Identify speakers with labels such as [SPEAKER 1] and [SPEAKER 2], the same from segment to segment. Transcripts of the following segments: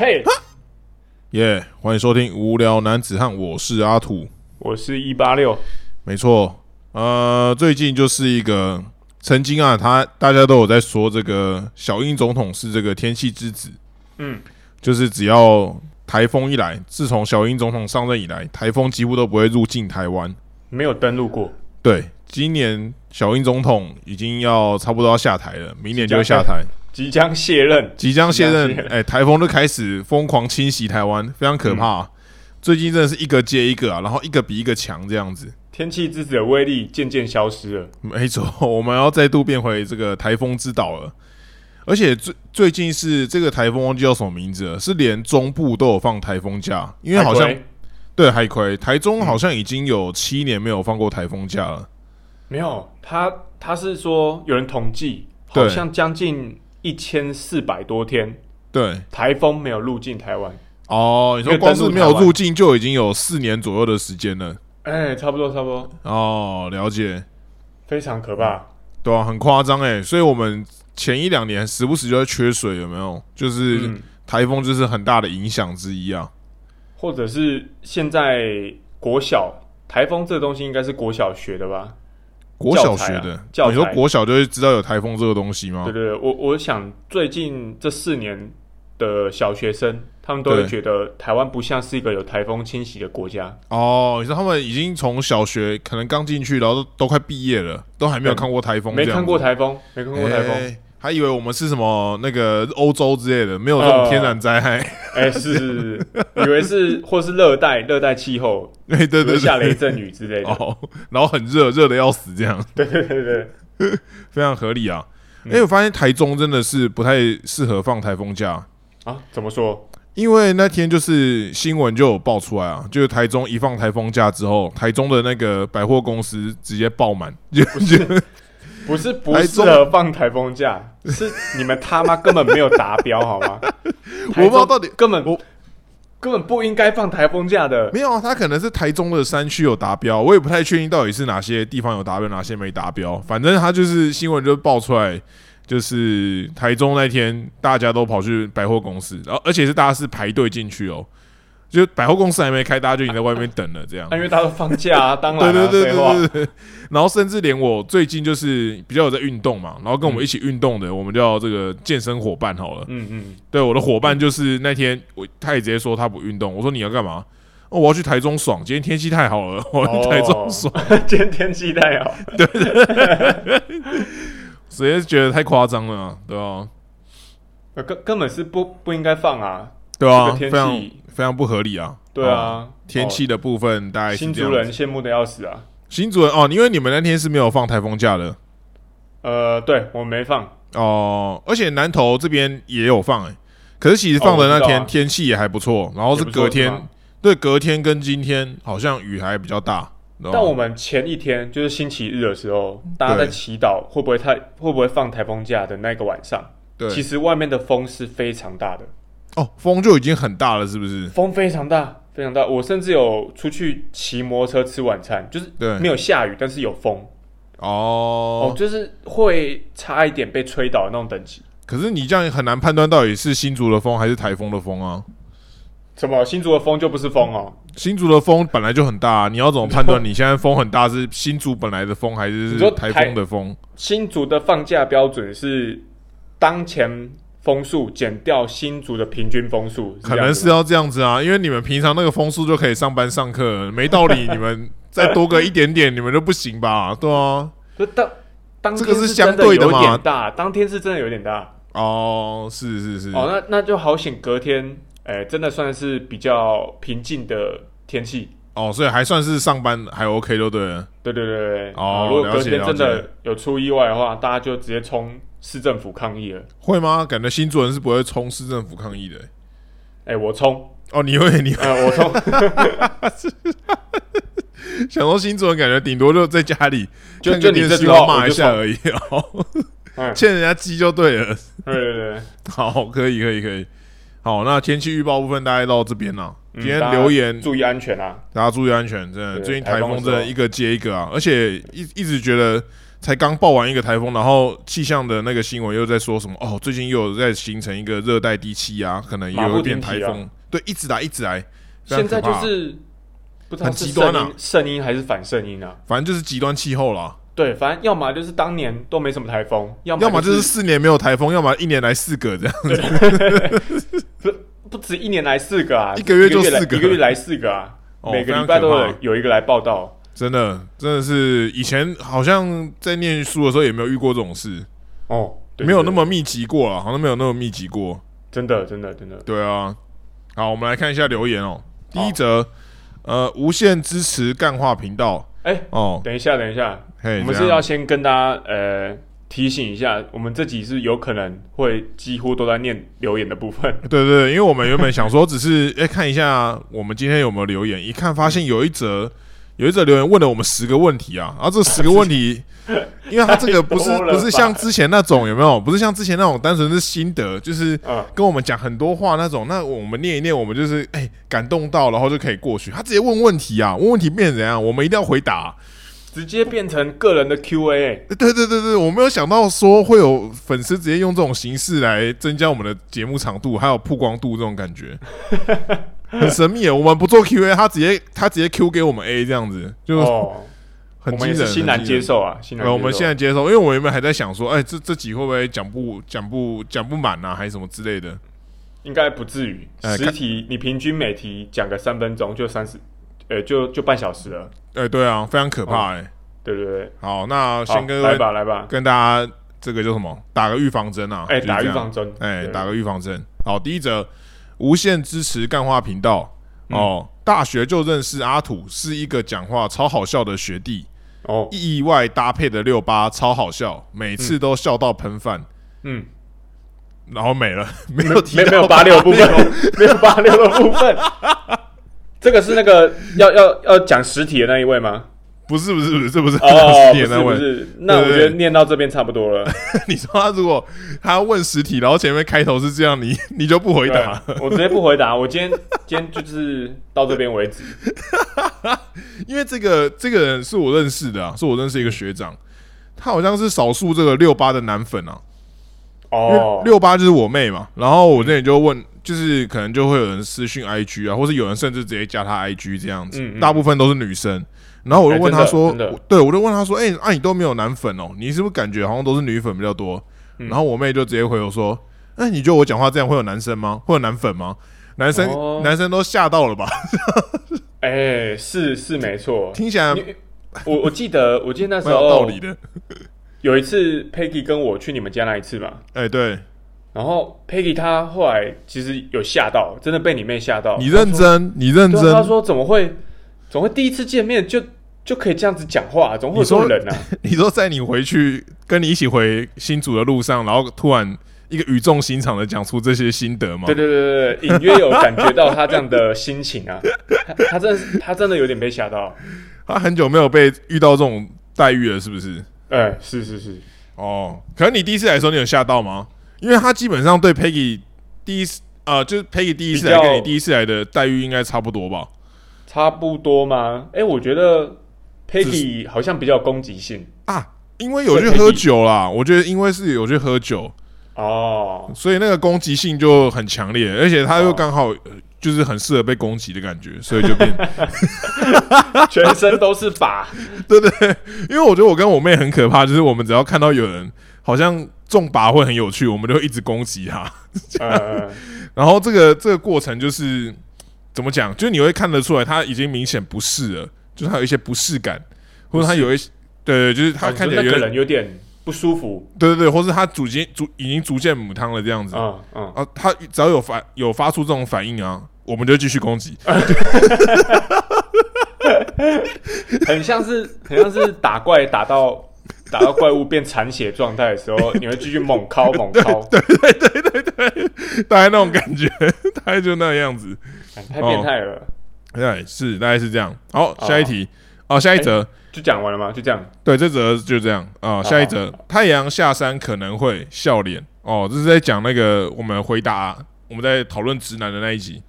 [SPEAKER 1] 啊耶欢迎收听《无聊男子汉》，我是阿土。
[SPEAKER 2] 我是一八六，
[SPEAKER 1] 没错，呃，最近就是一个曾经啊，他大家都有在说这个小英总统是这个天气之子，
[SPEAKER 2] 嗯，
[SPEAKER 1] 就是只要台风一来，自从小英总统上任以来，台风几乎都不会入境台湾。
[SPEAKER 2] 没有登录过，
[SPEAKER 1] 对，今年小英总统已经要差不多要下台了，明年就会下台，
[SPEAKER 2] 即将卸任。
[SPEAKER 1] 即将卸任
[SPEAKER 2] 即将卸。任
[SPEAKER 1] 哎、台风就开始疯狂侵袭台湾，非常可怕
[SPEAKER 2] 嗯
[SPEAKER 1] 啊、最近真的是一个接一个啊，然后一个比一个强这样子。
[SPEAKER 2] 天气之子的威力渐渐消失了。
[SPEAKER 1] 没错， 我们要再度变回这个台风之岛了。而且最最近是这个台风忘记叫什么名字了，是连中部都有放台风假，因为好像
[SPEAKER 2] 海葵嗯
[SPEAKER 1] 对海葵，台中好像已经有七年没有放过台风假了。
[SPEAKER 2] 没有他，他是说有人统计，
[SPEAKER 1] 对
[SPEAKER 2] 好像将近一千四百多天
[SPEAKER 1] 对，
[SPEAKER 2] 台风没有入境台湾。
[SPEAKER 1] 哦，你说
[SPEAKER 2] 因为
[SPEAKER 1] 光是
[SPEAKER 2] 登陆
[SPEAKER 1] 没
[SPEAKER 2] 台
[SPEAKER 1] 有
[SPEAKER 2] 湾
[SPEAKER 1] 入境就已经有四年左右的时间了。
[SPEAKER 2] 哎，差不多，差不多，
[SPEAKER 1] 哦，了解，
[SPEAKER 2] 非常可怕。
[SPEAKER 1] 对啊，很夸张哎。所以我们前一两年时不时就会缺水，有没有？就是
[SPEAKER 2] 嗯，
[SPEAKER 1] 台风就是很大的影响之一啊。
[SPEAKER 2] 或者是现在国小台风这个东西应该是国小学的吧？
[SPEAKER 1] 国小学
[SPEAKER 2] 教材
[SPEAKER 1] 的，
[SPEAKER 2] 啊教
[SPEAKER 1] 哦你说
[SPEAKER 2] 材
[SPEAKER 1] 国小就会知道有台风这个东西吗
[SPEAKER 2] 对？对对，我我想最近这四年的小学生，他们都会
[SPEAKER 1] 对
[SPEAKER 2] 觉得台湾不像是一个有台风侵袭的国家。
[SPEAKER 1] 哦，你说他们已经从小学可能刚进去，然后都都快毕业了，都还没有
[SPEAKER 2] 对
[SPEAKER 1] 看过台风这
[SPEAKER 2] 没
[SPEAKER 1] 样子，
[SPEAKER 2] 看过台风，没看过台风，
[SPEAKER 1] 哎还以为我们是什么那个欧洲之类的，没有这种
[SPEAKER 2] 呃
[SPEAKER 1] 天然灾害。
[SPEAKER 2] 哎、是是是， 以为是或是热带热带气候，
[SPEAKER 1] 对对
[SPEAKER 2] 比
[SPEAKER 1] 对
[SPEAKER 2] 如下
[SPEAKER 1] 对，
[SPEAKER 2] 雷阵雨之类的。
[SPEAKER 1] 哦，然后很热，热的要死，这样
[SPEAKER 2] 对对对对，
[SPEAKER 1] 非常合理啊。因
[SPEAKER 2] 嗯
[SPEAKER 1] 为我发现台中真的是不太适合放台风假，
[SPEAKER 2] 啊，怎么说？
[SPEAKER 1] 因为那天就是新闻就有爆出来啊，就是台中一放台风假之后，台中的那个百货公司直接爆满， 就就
[SPEAKER 2] 不是不
[SPEAKER 1] 台
[SPEAKER 2] 适
[SPEAKER 1] 中
[SPEAKER 2] 合放台风假，是你们他妈根本没有达标好吗？
[SPEAKER 1] 我不知道到底
[SPEAKER 2] 台中根本
[SPEAKER 1] 我
[SPEAKER 2] 根本不应该放台风假的。
[SPEAKER 1] 没有啊，他可能是台中的山区有达标，我也不太确定到底是哪些地方有达标，哪些没达标。反正他就是新闻就爆出来，就是台中那天大家都跑去百货公司，然后而且是大家是排队进去哦，就百货公司还没开，大家就已经在外面等了这样
[SPEAKER 2] 那、。因为大家都放假啊，当然、
[SPEAKER 1] 对
[SPEAKER 2] 啊、
[SPEAKER 1] 对对
[SPEAKER 2] 废话
[SPEAKER 1] 对对对， 然后甚至连我最近就是比较有在运动嘛，然后跟我们一起运动的，我们叫这个健身伙伴好了。
[SPEAKER 2] 嗯嗯，
[SPEAKER 1] 对，我的伙伴就是那天我，他也直接说他不运动。我说你要干嘛？哦，我要去台中爽，今天天气太好了， 我要去台中爽。
[SPEAKER 2] 今 天啊天气太好，
[SPEAKER 1] 直接觉得太夸张了啊、对吧、
[SPEAKER 2] 呃根根本是不不应该放啊。
[SPEAKER 1] 对啊，
[SPEAKER 2] 这个
[SPEAKER 1] 非
[SPEAKER 2] 天气
[SPEAKER 1] 常非常不合理啊。
[SPEAKER 2] 对
[SPEAKER 1] 哦，
[SPEAKER 2] 啊，
[SPEAKER 1] 天气的部分大
[SPEAKER 2] 哦、
[SPEAKER 1] 概是
[SPEAKER 2] 新
[SPEAKER 1] 这样
[SPEAKER 2] 族
[SPEAKER 1] 子。
[SPEAKER 2] 人羡慕的要死啊。
[SPEAKER 1] 新主人哦，因为你们那天是没有放台风假的
[SPEAKER 2] 呃，对我没放，
[SPEAKER 1] 哦，而且南投这边也有放哎、可是其实放的那
[SPEAKER 2] 哦我知
[SPEAKER 1] 天、
[SPEAKER 2] 道啊
[SPEAKER 1] 天气也还不错，然后是
[SPEAKER 2] 也不错
[SPEAKER 1] 隔天，
[SPEAKER 2] 是吗
[SPEAKER 1] 对，隔天跟今天好像雨还比较大。但
[SPEAKER 2] 但我们前一天就是星期日的时候，大家在
[SPEAKER 1] 嗯对
[SPEAKER 2] 祈祷会不会太会不会放台风假的那个晚上，
[SPEAKER 1] 对
[SPEAKER 2] 其实外面的风是非常大的，
[SPEAKER 1] 哦，风就已经很大了，是不是？
[SPEAKER 2] 风非常大，非常大。我甚至有出去骑摩托车吃晚餐，就是
[SPEAKER 1] 对
[SPEAKER 2] 没有下雨，但是有风哦
[SPEAKER 1] 哦，
[SPEAKER 2] 就是会差一点被吹倒的那种等级。
[SPEAKER 1] 可是你这样很难判断到底是新竹的风还是台风的风啊。
[SPEAKER 2] 什么新竹的风就不是风哦？
[SPEAKER 1] 新竹的风本来就很大、啊你要怎么判 断你现在风很大是新竹本来的风还是
[SPEAKER 2] 你说
[SPEAKER 1] 台
[SPEAKER 2] 台
[SPEAKER 1] 风的风？
[SPEAKER 2] 新竹的放假标准是当前风速减掉新竹的平均风速，
[SPEAKER 1] 可
[SPEAKER 2] 这样
[SPEAKER 1] 能
[SPEAKER 2] 子
[SPEAKER 1] 是要这样子啊，因为你们平常那个风速就可以上班上课了，没道理你们再多个一点点你们就不行 吧？对啊，
[SPEAKER 2] 就当当
[SPEAKER 1] 这
[SPEAKER 2] 天
[SPEAKER 1] 个是
[SPEAKER 2] 是真
[SPEAKER 1] 相对的
[SPEAKER 2] 有
[SPEAKER 1] 嘛
[SPEAKER 2] 点大，当天是真的有点大。
[SPEAKER 1] 哦，是是是，
[SPEAKER 2] 哦，那那就好险，隔天，哎、真的算是比较平静的天气。
[SPEAKER 1] 哦，所以还算是上班还 OK 就对了。
[SPEAKER 2] 对对对对。
[SPEAKER 1] 哦
[SPEAKER 2] 啊如果
[SPEAKER 1] 了
[SPEAKER 2] 隔
[SPEAKER 1] 解
[SPEAKER 2] 天真
[SPEAKER 1] 了
[SPEAKER 2] 的有出意外的话，大家就直接冲市政府抗议了。
[SPEAKER 1] 会吗？感觉新竹人是不会冲市政府抗议的、
[SPEAKER 2] 哎、我冲，
[SPEAKER 1] 哦，你会，你会
[SPEAKER 2] 呃，我冲，
[SPEAKER 1] 想说新竹人感觉顶多就在家里
[SPEAKER 2] 就
[SPEAKER 1] 看个
[SPEAKER 2] 就你
[SPEAKER 1] 电
[SPEAKER 2] 这
[SPEAKER 1] 视
[SPEAKER 2] 句
[SPEAKER 1] 然后
[SPEAKER 2] 话我
[SPEAKER 1] 骂一
[SPEAKER 2] 就
[SPEAKER 1] 下
[SPEAKER 2] 冲
[SPEAKER 1] 而已，哦，
[SPEAKER 2] 嗯，
[SPEAKER 1] 欠人家鸡就对了。
[SPEAKER 2] 对对对，嗯
[SPEAKER 1] 好，可以，可以，可以。好，那天气预报部分大概到这边了。今天
[SPEAKER 2] 嗯大家
[SPEAKER 1] 留言，
[SPEAKER 2] 注意安全啊！
[SPEAKER 1] 大家注意安全，真的，
[SPEAKER 2] 对
[SPEAKER 1] 最近台
[SPEAKER 2] 台风
[SPEAKER 1] 风真的
[SPEAKER 2] 的时候
[SPEAKER 1] 一个接一个啊，而且一一直觉得才刚报完一个台风，然后气象的那个新闻又在说什么哦，最近又有在形成一个热带低气压，可能也
[SPEAKER 2] 马
[SPEAKER 1] 有
[SPEAKER 2] 不
[SPEAKER 1] 变
[SPEAKER 2] 停蹄
[SPEAKER 1] 台
[SPEAKER 2] 啊
[SPEAKER 1] 风。对，一直来，一直来，非常
[SPEAKER 2] 现在
[SPEAKER 1] 可
[SPEAKER 2] 就
[SPEAKER 1] 怕
[SPEAKER 2] 是不知道
[SPEAKER 1] 很
[SPEAKER 2] 是
[SPEAKER 1] 极
[SPEAKER 2] 圣
[SPEAKER 1] 端
[SPEAKER 2] 音、
[SPEAKER 1] 啊
[SPEAKER 2] 圣音还是反圣音啊？
[SPEAKER 1] 反正就是极端气候啦。
[SPEAKER 2] 对，反正要么就是当年都没什么台风，要么
[SPEAKER 1] 要么
[SPEAKER 2] 就
[SPEAKER 1] 就是四年没有台风，要么一年来四个这样。
[SPEAKER 2] 不止一年来四个啊，
[SPEAKER 1] 一个月就
[SPEAKER 2] 来
[SPEAKER 1] 四个
[SPEAKER 2] 一个月来四个啊，
[SPEAKER 1] 哦
[SPEAKER 2] 每个礼拜都
[SPEAKER 1] 非常
[SPEAKER 2] 有
[SPEAKER 1] 可怕
[SPEAKER 2] 有一个来报道。
[SPEAKER 1] 真的，真的是以前好像在念书的时候也没有遇过这种事，
[SPEAKER 2] 哦，对
[SPEAKER 1] 没有那
[SPEAKER 2] 对
[SPEAKER 1] 么密集过啊，好像没有那么密集过。
[SPEAKER 2] 真的，真的，真的，
[SPEAKER 1] 对啊，好，我们来看一下留言哦。第一则，呃，无限支持干话频道
[SPEAKER 2] 哎。
[SPEAKER 1] 哦，
[SPEAKER 2] 等一下，等一下，
[SPEAKER 1] 嘿，
[SPEAKER 2] 我们
[SPEAKER 1] 哎怎
[SPEAKER 2] 是
[SPEAKER 1] 样
[SPEAKER 2] 要先跟大家呃提醒一下，我们这集是有可能会几乎都在念留言的部分。
[SPEAKER 1] 对对对，因为我们原本想说只是哎、看一下我们今天有没有留言，一看发现有一则有一则留言问了我们十个问题啊，然后这十个问 题，因为它这个不是
[SPEAKER 2] 太多了吧
[SPEAKER 1] 不是像之前那种有没有，不是像之前那种单纯是心得，就是
[SPEAKER 2] 嗯，
[SPEAKER 1] 跟我们讲很多话那种，那我们念一念，我们就是哎、感动到，然后就可以过去。他直接问问题啊，问问题变成怎样，我们一定要回答、
[SPEAKER 2] 直接变成个人的 Q&A，
[SPEAKER 1] 对对对对，我没有想到说会有粉丝直接用这种形式来增加我们的节目长度，还有曝光度这种感 觉，很神秘耶。我们不做 Q&A，他直接他直接 Q 给我们 A 这样子，就
[SPEAKER 2] 哦，我
[SPEAKER 1] 很
[SPEAKER 2] 们
[SPEAKER 1] 惊
[SPEAKER 2] 也
[SPEAKER 1] 人。
[SPEAKER 2] 是欣然
[SPEAKER 1] 很惊
[SPEAKER 2] 接
[SPEAKER 1] 人。
[SPEAKER 2] 受啊，欣然接
[SPEAKER 1] 呃，
[SPEAKER 2] 受。
[SPEAKER 1] 我们现在接受，因为我原本还在想说，哎，这这集会不会讲不讲不讲不满啊，还是什么之类的？
[SPEAKER 2] 应该不至于，
[SPEAKER 1] 哎
[SPEAKER 2] 十
[SPEAKER 1] 看
[SPEAKER 2] 题你平均每题讲个三分钟，就三十，呃，就就半小时了，
[SPEAKER 1] 哎，对啊，非常可怕哎。
[SPEAKER 2] 对对对。
[SPEAKER 1] 好，那
[SPEAKER 2] 哦好
[SPEAKER 1] 先跟各
[SPEAKER 2] 来
[SPEAKER 1] 位
[SPEAKER 2] 吧，来吧，
[SPEAKER 1] 跟大家这个叫什么？打个预防针啊！
[SPEAKER 2] 哎，
[SPEAKER 1] 就是这
[SPEAKER 2] 打
[SPEAKER 1] 样
[SPEAKER 2] 预防针，
[SPEAKER 1] 哎、
[SPEAKER 2] 对
[SPEAKER 1] 打个预防针。好，第一则，无限支持干花频道哦。
[SPEAKER 2] 嗯
[SPEAKER 1] 大学就认识阿土，是一个讲话超好笑的学弟，
[SPEAKER 2] 哦，
[SPEAKER 1] 意外搭配的六八超好笑，每次都笑到喷饭，
[SPEAKER 2] 嗯，
[SPEAKER 1] 然后没了， 没有提
[SPEAKER 2] 没有没有
[SPEAKER 1] 到
[SPEAKER 2] 八六部分
[SPEAKER 1] 86，
[SPEAKER 2] 没有八六的部分。 这个是那个要要要讲实体的那一位吗？
[SPEAKER 1] 不是不是不是这不是
[SPEAKER 2] 哦，
[SPEAKER 1] 十
[SPEAKER 2] 不
[SPEAKER 1] 点
[SPEAKER 2] 是
[SPEAKER 1] 那
[SPEAKER 2] 不
[SPEAKER 1] 位，
[SPEAKER 2] 是，那我
[SPEAKER 1] 对对
[SPEAKER 2] 觉得念到这边差不多了。
[SPEAKER 1] 你说他如果他问实体，然后前面开头是这样，你你就不回
[SPEAKER 2] 对啊
[SPEAKER 1] 答，
[SPEAKER 2] 我直接不回答。我今天今天就是到这边为止。
[SPEAKER 1] 因为这个这个人是我认识的啊，是我认识一个学长，他好像是少数这个六八的男粉啊，因
[SPEAKER 2] 哦
[SPEAKER 1] 为，六八就是我妹嘛，然后我那里就问，就是可能就会有人私讯 IG 啊，或是有人甚至直接加她 IG 这样子，
[SPEAKER 2] 嗯嗯
[SPEAKER 1] 大部分都是女生。然后我就问她说，
[SPEAKER 2] 哎真的真的
[SPEAKER 1] 我对我就问她说，哎、啊你都没有男粉哦，你是不是感觉好像都是女粉比较多？
[SPEAKER 2] 嗯
[SPEAKER 1] 然后我妹就直接回我说，那、你觉得我讲话这样会有男生吗？会有男粉吗？男生、
[SPEAKER 2] 哦
[SPEAKER 1] 男生都吓到了吧？
[SPEAKER 2] 哎、是是没错。
[SPEAKER 1] 听起来
[SPEAKER 2] 你我我记得，我记得那时
[SPEAKER 1] 蛮有道
[SPEAKER 2] 候
[SPEAKER 1] 理的。
[SPEAKER 2] 有一次 Peggy 跟我去你们家那一次嘛，
[SPEAKER 1] 哎、对
[SPEAKER 2] 然后 Peggy 她后来其实有吓到，真的被你妹吓到。
[SPEAKER 1] 你认真，你认
[SPEAKER 2] 对
[SPEAKER 1] 真
[SPEAKER 2] 啊，，她说怎么会，怎么会第一次见面就就可以这样子讲话、怎么会有
[SPEAKER 1] 你
[SPEAKER 2] 这
[SPEAKER 1] 说
[SPEAKER 2] 种人呢、啊？
[SPEAKER 1] 你说在你回去跟你一起回新竹的路上，然后突然一个语重心长的讲出这些心得吗？
[SPEAKER 2] 对对对对对，隐约有感觉到她这样的心情啊，她她真的是她真的有点被吓到。
[SPEAKER 1] 他很久没有被遇到这种待遇了，是不是？
[SPEAKER 2] 哎、是是是，
[SPEAKER 1] 哦，可能你第一次来的时候，你有吓到吗？因为他基本上对 Peggy 第一次，呃，就是 Peggy 第一次来
[SPEAKER 2] 比较
[SPEAKER 1] 跟你第一次来的待遇应该差不多吧？
[SPEAKER 2] 差不多吗？哎、我觉得 Peggy 好像比较有攻击性
[SPEAKER 1] 啊，因为有去喝酒啦，我觉得因为是有去喝酒，
[SPEAKER 2] 哦。
[SPEAKER 1] 所以那个攻击性就很强烈，而且他又刚好、呃就是很适合被攻击的感觉，所以就变
[SPEAKER 2] 全身都是 把，
[SPEAKER 1] 对对，对 因为我觉得我跟我妹很可怕，就是我们只要看到有人好像中靶会很有趣，我们就会一直攻击他。
[SPEAKER 2] 呃，
[SPEAKER 1] 然后这个这个过程就是怎么讲，就是你会看得出来他已经明显不适了，就是他有一些不适感，或者他有一些对，就是他看起来
[SPEAKER 2] 哦那
[SPEAKER 1] 有
[SPEAKER 2] 个
[SPEAKER 1] 点
[SPEAKER 2] 人有点不舒服，
[SPEAKER 1] 对对对，或是他逐渐逐已经逐渐母汤了这样子啊，
[SPEAKER 2] 嗯嗯，
[SPEAKER 1] 他只要有反有发出这种反应啊，我们就继续攻击。
[SPEAKER 2] 很像是很像是打怪打到打到怪物变残血状态的时 候，你会继续猛敲猛敲，
[SPEAKER 1] 大概那种感觉， 大概就那个样子。
[SPEAKER 2] 哎太变态了，
[SPEAKER 1] 对，是大概是这样。好，下一题，哦，下一则。
[SPEAKER 2] 就讲完了吗？就这样，
[SPEAKER 1] 对，这则就这样啊、下一则，太阳下山可能会笑脸哦，这是在讲那个我们回答我们在讨论直男的那一集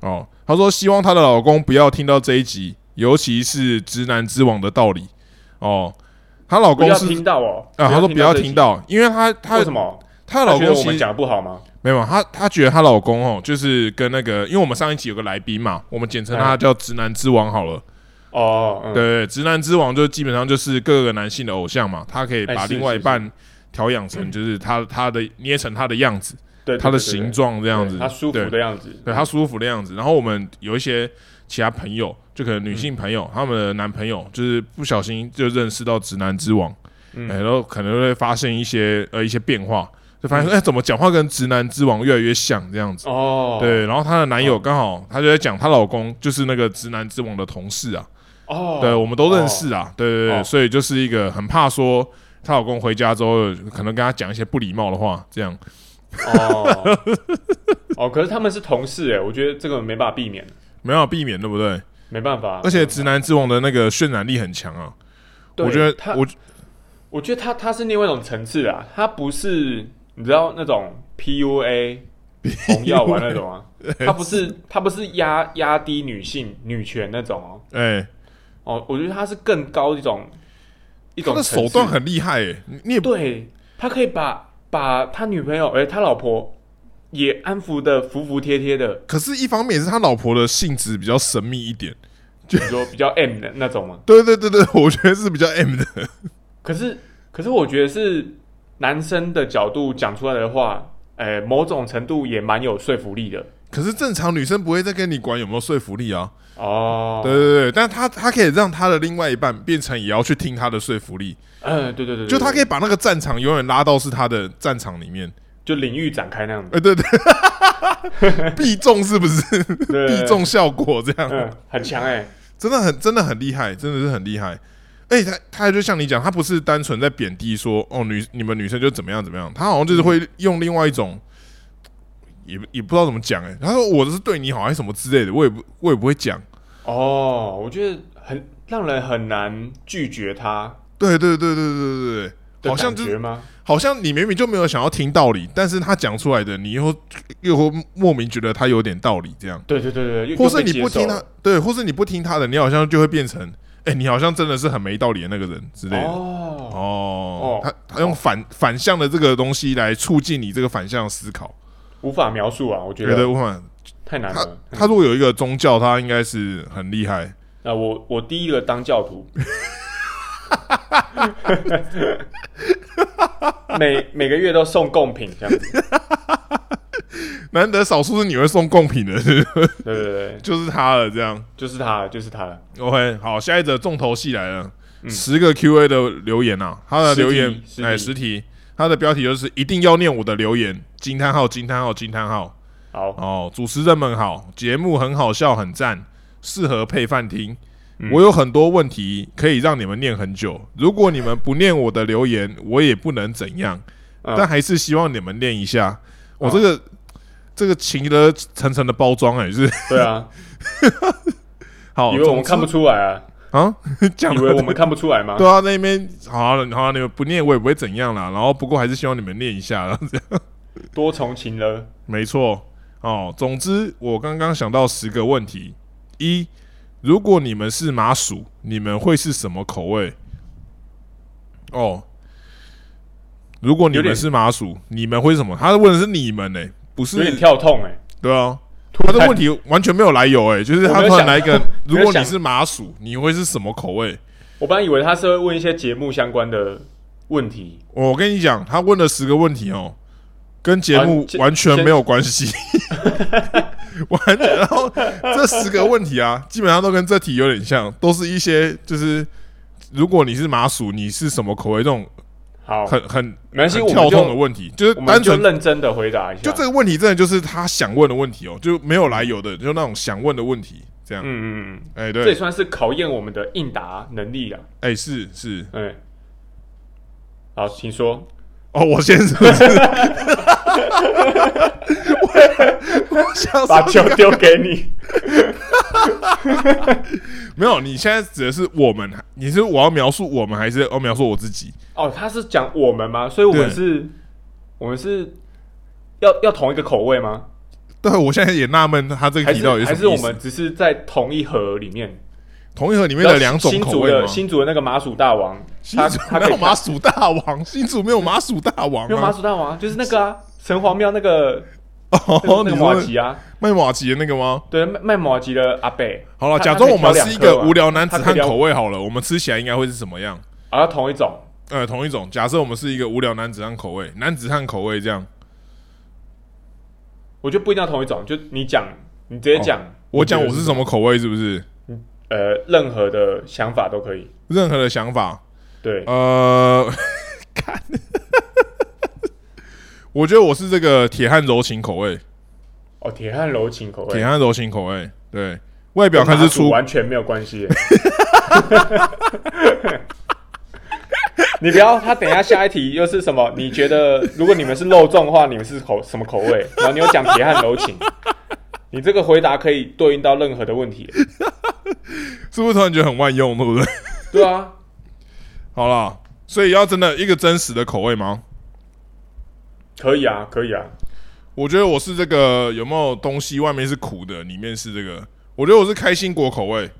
[SPEAKER 1] 哦。她说希望她的老公不要听到这一集，尤其是直男之王的道理哦。她老
[SPEAKER 2] 不
[SPEAKER 1] 公
[SPEAKER 2] 要
[SPEAKER 1] 是
[SPEAKER 2] 听到哦，
[SPEAKER 1] 啊，她说不要
[SPEAKER 2] 这一
[SPEAKER 1] 听到，因为她
[SPEAKER 2] 集，为
[SPEAKER 1] 她
[SPEAKER 2] 什么？
[SPEAKER 1] 她
[SPEAKER 2] 她
[SPEAKER 1] 老
[SPEAKER 2] 觉得
[SPEAKER 1] 公
[SPEAKER 2] 我
[SPEAKER 1] 其
[SPEAKER 2] 们
[SPEAKER 1] 实
[SPEAKER 2] 讲得不好吗？
[SPEAKER 1] 没有她，她觉得她老公哦，就是跟那个，因为我们上一集有个来宾嘛，我们简称他
[SPEAKER 2] 嗯
[SPEAKER 1] 叫直男之王好了。
[SPEAKER 2] 哦，嗯，
[SPEAKER 1] 对，直男之王就基本上就是各个男性的偶像嘛，他可以
[SPEAKER 2] 哎
[SPEAKER 1] 把
[SPEAKER 2] 是
[SPEAKER 1] 另外一
[SPEAKER 2] 是是
[SPEAKER 1] 半调养成就是他他的捏成他的样子，
[SPEAKER 2] 对，对
[SPEAKER 1] 他的
[SPEAKER 2] 对
[SPEAKER 1] 形
[SPEAKER 2] 对
[SPEAKER 1] 状这样子，
[SPEAKER 2] 对他舒服
[SPEAKER 1] 对
[SPEAKER 2] 的样子，
[SPEAKER 1] 对他舒服的样子。然后我们有一些其他朋友，就可能女
[SPEAKER 2] 嗯
[SPEAKER 1] 性朋友，她们的男朋友就是不小心就认识到直男之王，
[SPEAKER 2] 嗯
[SPEAKER 1] 哎然后可能会发现一些呃一些变化，就发现
[SPEAKER 2] 嗯
[SPEAKER 1] 说哎、怎么讲话跟直男之王越来越像这样子。
[SPEAKER 2] 哦，，
[SPEAKER 1] 对，然后她的男友刚好，她就在讲她老公就是那个直男之王的同事啊，
[SPEAKER 2] 哦，
[SPEAKER 1] 对，我们都认识啊，对对对，
[SPEAKER 2] 哦
[SPEAKER 1] 所以就是一个很怕说她老公回家之后可能跟她讲一些不礼貌的话，这样。
[SPEAKER 2] 哦，哦，可是他们是同事哎，我觉得这个没办法避免，
[SPEAKER 1] 没有避免，对不对？
[SPEAKER 2] 没办法。
[SPEAKER 1] 而且直男之王的那个渲染力很强啊，
[SPEAKER 2] 对
[SPEAKER 1] 我觉得
[SPEAKER 2] 他，
[SPEAKER 1] 我
[SPEAKER 2] 我觉得他他是另外一种层次啊，他不是你知道那种 PUA 红药丸那种啊，他不是他不是压压低女性女权那种哦
[SPEAKER 1] 哎、
[SPEAKER 2] 哦，我觉得他是更高一种一
[SPEAKER 1] 他
[SPEAKER 2] 种
[SPEAKER 1] 的
[SPEAKER 2] 层
[SPEAKER 1] 手
[SPEAKER 2] 次
[SPEAKER 1] 段很厉害、欸，你你也不
[SPEAKER 2] 对，他可以把把他女朋友哎、他老婆也安抚的服服帖帖的，
[SPEAKER 1] 可是，一方面也是他老婆的性质比较神秘一点。
[SPEAKER 2] 你说比较 M 的那种吗？
[SPEAKER 1] 对对对对，我觉得是比较 M 的。
[SPEAKER 2] 可是，可是我觉得是男生的角度讲出来的话，呃，某种程度也蛮有说服力的
[SPEAKER 1] 可是正常女生不会再跟你管有没有说服力啊。
[SPEAKER 2] 哦。
[SPEAKER 1] 对，对对，但他他可以让他的另外一半变成也要去听他的说服力，
[SPEAKER 2] 嗯、对对对，对
[SPEAKER 1] 就他可以
[SPEAKER 2] 对
[SPEAKER 1] 把那个战场永远拉到是他的战场里面。
[SPEAKER 2] 就领域展开那样子，
[SPEAKER 1] 哎，对对，必中是不是？
[SPEAKER 2] 对
[SPEAKER 1] 必，中效果这样。
[SPEAKER 2] 对对嗯，很强哎、
[SPEAKER 1] 真的很真的很厉害，真的是很厉害。而且他他就像你讲，他不是单纯在贬低说哦女你们女生就怎么样怎么样，他好像就是
[SPEAKER 2] 嗯
[SPEAKER 1] 会用另外一种，也也不知道怎么讲哎、欸他说我这是对你好还是什么之类的，我也不我也不会讲。
[SPEAKER 2] 哦，我觉得很让人很难拒绝他
[SPEAKER 1] 对对对对对对对，
[SPEAKER 2] 的
[SPEAKER 1] 好像
[SPEAKER 2] 感
[SPEAKER 1] 就
[SPEAKER 2] 觉
[SPEAKER 1] 是
[SPEAKER 2] 吗？
[SPEAKER 1] 好像你明明就没有想要听道理，但是他讲出来的，你又又会莫名觉得他有点道理这样，
[SPEAKER 2] 对对对对，又
[SPEAKER 1] 或
[SPEAKER 2] 又
[SPEAKER 1] 是
[SPEAKER 2] 被
[SPEAKER 1] 你
[SPEAKER 2] 接
[SPEAKER 1] 不
[SPEAKER 2] 受
[SPEAKER 1] 听
[SPEAKER 2] 了
[SPEAKER 1] 他，对，或是你不听他的，你好像就会变成哎、你好像真的是很没道理的那个人之类的。
[SPEAKER 2] 哦，
[SPEAKER 1] 哦
[SPEAKER 2] 哦，
[SPEAKER 1] 他他用反反向的这个东西来促进你这个反向思考，
[SPEAKER 2] 无法描述啊，我觉
[SPEAKER 1] 觉得
[SPEAKER 2] 得
[SPEAKER 1] 哇，
[SPEAKER 2] 太难
[SPEAKER 1] 他
[SPEAKER 2] 了。
[SPEAKER 1] 他如果有一个宗教，他应该是很厉害。
[SPEAKER 2] 那我我第一个当教 徒，每每个月都送贡品这样子，
[SPEAKER 1] 难得少数是你会送贡品的，是不是
[SPEAKER 2] 对对对，
[SPEAKER 1] 就是他了。这样
[SPEAKER 2] 就是他，就是他，
[SPEAKER 1] ，OK，好，下一则重头戏来了，
[SPEAKER 2] 嗯
[SPEAKER 1] 十个 Q&A 的留言啊，他的
[SPEAKER 2] 十题
[SPEAKER 1] 留言
[SPEAKER 2] 十题
[SPEAKER 1] 哎，十题，他的标题就是一定要念我的留言，惊叹号，惊叹号，惊叹号。
[SPEAKER 2] 好，
[SPEAKER 1] 哦，主持人们好，节目很好笑，很赞，适合配饭听。
[SPEAKER 2] 嗯
[SPEAKER 1] 我有很多问题可以让你们念很久，如果你们不念我的留言，我也不能怎样，
[SPEAKER 2] 嗯
[SPEAKER 1] 但还是希望你们念一下。我、
[SPEAKER 2] 哦
[SPEAKER 1] 这个这个情的层层的包装、哎， 就是
[SPEAKER 2] 对啊，
[SPEAKER 1] 好，
[SPEAKER 2] 以为我
[SPEAKER 1] 总
[SPEAKER 2] 们
[SPEAKER 1] 之
[SPEAKER 2] 看不出来啊，
[SPEAKER 1] 啊， 讲
[SPEAKER 2] 以
[SPEAKER 1] 的
[SPEAKER 2] 为我们看不出来吗？
[SPEAKER 1] 对啊，那边好了、好了、你们不念我也不会怎样啦。然后不过还是希望你们念一下，然后这样
[SPEAKER 2] 多重情了，
[SPEAKER 1] 没错，哦，总之我刚刚想到十个问题：一，如果你们是麻薯，你们会是什么口味？哦，如果你
[SPEAKER 2] 有
[SPEAKER 1] 们
[SPEAKER 2] 点
[SPEAKER 1] 是麻薯，你们会是什么？他问的是你们呢、欸不
[SPEAKER 2] 有点
[SPEAKER 1] 是
[SPEAKER 2] 跳痛哎，
[SPEAKER 1] 对啊。
[SPEAKER 2] 突
[SPEAKER 1] 他
[SPEAKER 2] 然
[SPEAKER 1] 的问题完全没有来由、欸，哎，就是他突然来一个，
[SPEAKER 2] 我没
[SPEAKER 1] 如果
[SPEAKER 2] 有想到没
[SPEAKER 1] 你
[SPEAKER 2] 有想
[SPEAKER 1] 是麻薯，你会是什么口味？
[SPEAKER 2] 我本来以为他是会问一些节目相关的问题，
[SPEAKER 1] 我跟你讲，他问了十个问题哦，跟节目
[SPEAKER 2] 完全
[SPEAKER 1] 完全没有关系， 完全。然后这十个问题啊，基本上都跟这题有点像，都是一些就是如果你是麻薯，你是什么口味这种
[SPEAKER 2] 好，
[SPEAKER 1] 很很
[SPEAKER 2] 哦没关系，
[SPEAKER 1] 很
[SPEAKER 2] 我
[SPEAKER 1] 跳
[SPEAKER 2] 们
[SPEAKER 1] 动的
[SPEAKER 2] 就
[SPEAKER 1] 问题，就是
[SPEAKER 2] 我
[SPEAKER 1] 单
[SPEAKER 2] 们就
[SPEAKER 1] 纯
[SPEAKER 2] 认啊真的回答一下，
[SPEAKER 1] 就这个问题，真的就是他想问的问题哦，就没有来由的，就那种想问的问题这样。
[SPEAKER 2] 嗯嗯嗯，
[SPEAKER 1] 哎、
[SPEAKER 2] 这也
[SPEAKER 1] 对，
[SPEAKER 2] 算是考验我们的应答能力啊。
[SPEAKER 1] 哎、是是，
[SPEAKER 2] 嗯，好，请说。
[SPEAKER 1] 哦，我先是不是？ 我我想说
[SPEAKER 2] 把
[SPEAKER 1] 你
[SPEAKER 2] 球丢给你。
[SPEAKER 1] 没有，你现在指的是我们，你是我要描述我们，还是要描述我自己？
[SPEAKER 2] 哦，他是讲我们吗？所以我们
[SPEAKER 1] 对
[SPEAKER 2] 是，我们是要要同一个口味吗？
[SPEAKER 1] 对，我现在也纳闷他这个
[SPEAKER 2] 还
[SPEAKER 1] 题
[SPEAKER 2] 是
[SPEAKER 1] 到底
[SPEAKER 2] 还
[SPEAKER 1] 是
[SPEAKER 2] 是
[SPEAKER 1] 什么
[SPEAKER 2] 我
[SPEAKER 1] 意思
[SPEAKER 2] 们只是在同一盒里面？
[SPEAKER 1] 同一盒里面的两种
[SPEAKER 2] 新
[SPEAKER 1] 口
[SPEAKER 2] 竹
[SPEAKER 1] 味
[SPEAKER 2] 的
[SPEAKER 1] 吗？
[SPEAKER 2] 新竹的那个麻薯大王，
[SPEAKER 1] 新
[SPEAKER 2] 他
[SPEAKER 1] 竹
[SPEAKER 2] 他
[SPEAKER 1] 没
[SPEAKER 2] 可以
[SPEAKER 1] 有麻薯大王，新竹没有麻薯大王
[SPEAKER 2] 没有麻
[SPEAKER 1] 啊！
[SPEAKER 2] 薯大王啊，就是那个啊，城隍庙那个那
[SPEAKER 1] 哦，
[SPEAKER 2] 个
[SPEAKER 1] 你
[SPEAKER 2] 那个马
[SPEAKER 1] 说
[SPEAKER 2] 吉啊，
[SPEAKER 1] 卖马吉的那个吗？
[SPEAKER 2] 对，卖卖马吉的阿贝，
[SPEAKER 1] 好了，
[SPEAKER 2] 他
[SPEAKER 1] 假装我们
[SPEAKER 2] 他可
[SPEAKER 1] 是
[SPEAKER 2] 以
[SPEAKER 1] 一
[SPEAKER 2] 挑
[SPEAKER 1] 个
[SPEAKER 2] 两颗吧啊
[SPEAKER 1] 无聊男子
[SPEAKER 2] 他可
[SPEAKER 1] 汉
[SPEAKER 2] 以挑
[SPEAKER 1] 口味好了，我们吃起来应该会是什么样？
[SPEAKER 2] 啊，同一种，
[SPEAKER 1] 呃，同一种。假设我们是一个无聊男子汉口味，男子汉口味这样。
[SPEAKER 2] 我觉得不一定要同一种，就你讲，你直接讲，
[SPEAKER 1] 哦我讲我是什么口味，是不是？
[SPEAKER 2] 呃，任何的想法都可以，
[SPEAKER 1] 任何的想法，
[SPEAKER 2] 对，
[SPEAKER 1] 呃， 看，我觉得我是这个铁汉柔情口味，
[SPEAKER 2] 哦，铁汉柔情口
[SPEAKER 1] 铁
[SPEAKER 2] 味，
[SPEAKER 1] 汉柔情口味，对外表
[SPEAKER 2] 跟
[SPEAKER 1] 看
[SPEAKER 2] 麻
[SPEAKER 1] 是
[SPEAKER 2] 薯
[SPEAKER 1] 粗，
[SPEAKER 2] 完全没有关系耶。 你不要，他等一下下一题又是什么？你觉得如果你们是肉粽的话，你们是口什么口味？然后你又讲铁汉柔情，你这个回答可以对应到任何的问题。
[SPEAKER 1] 是不是突然觉得很万用，对不 对？
[SPEAKER 2] 对啊，
[SPEAKER 1] 好啦，所以要真的一个真实的口味吗？
[SPEAKER 2] 可以啊，可以啊。
[SPEAKER 1] 我觉得我是这个有没有东西外面是苦的，里面是这个，我觉得我是开心果口味，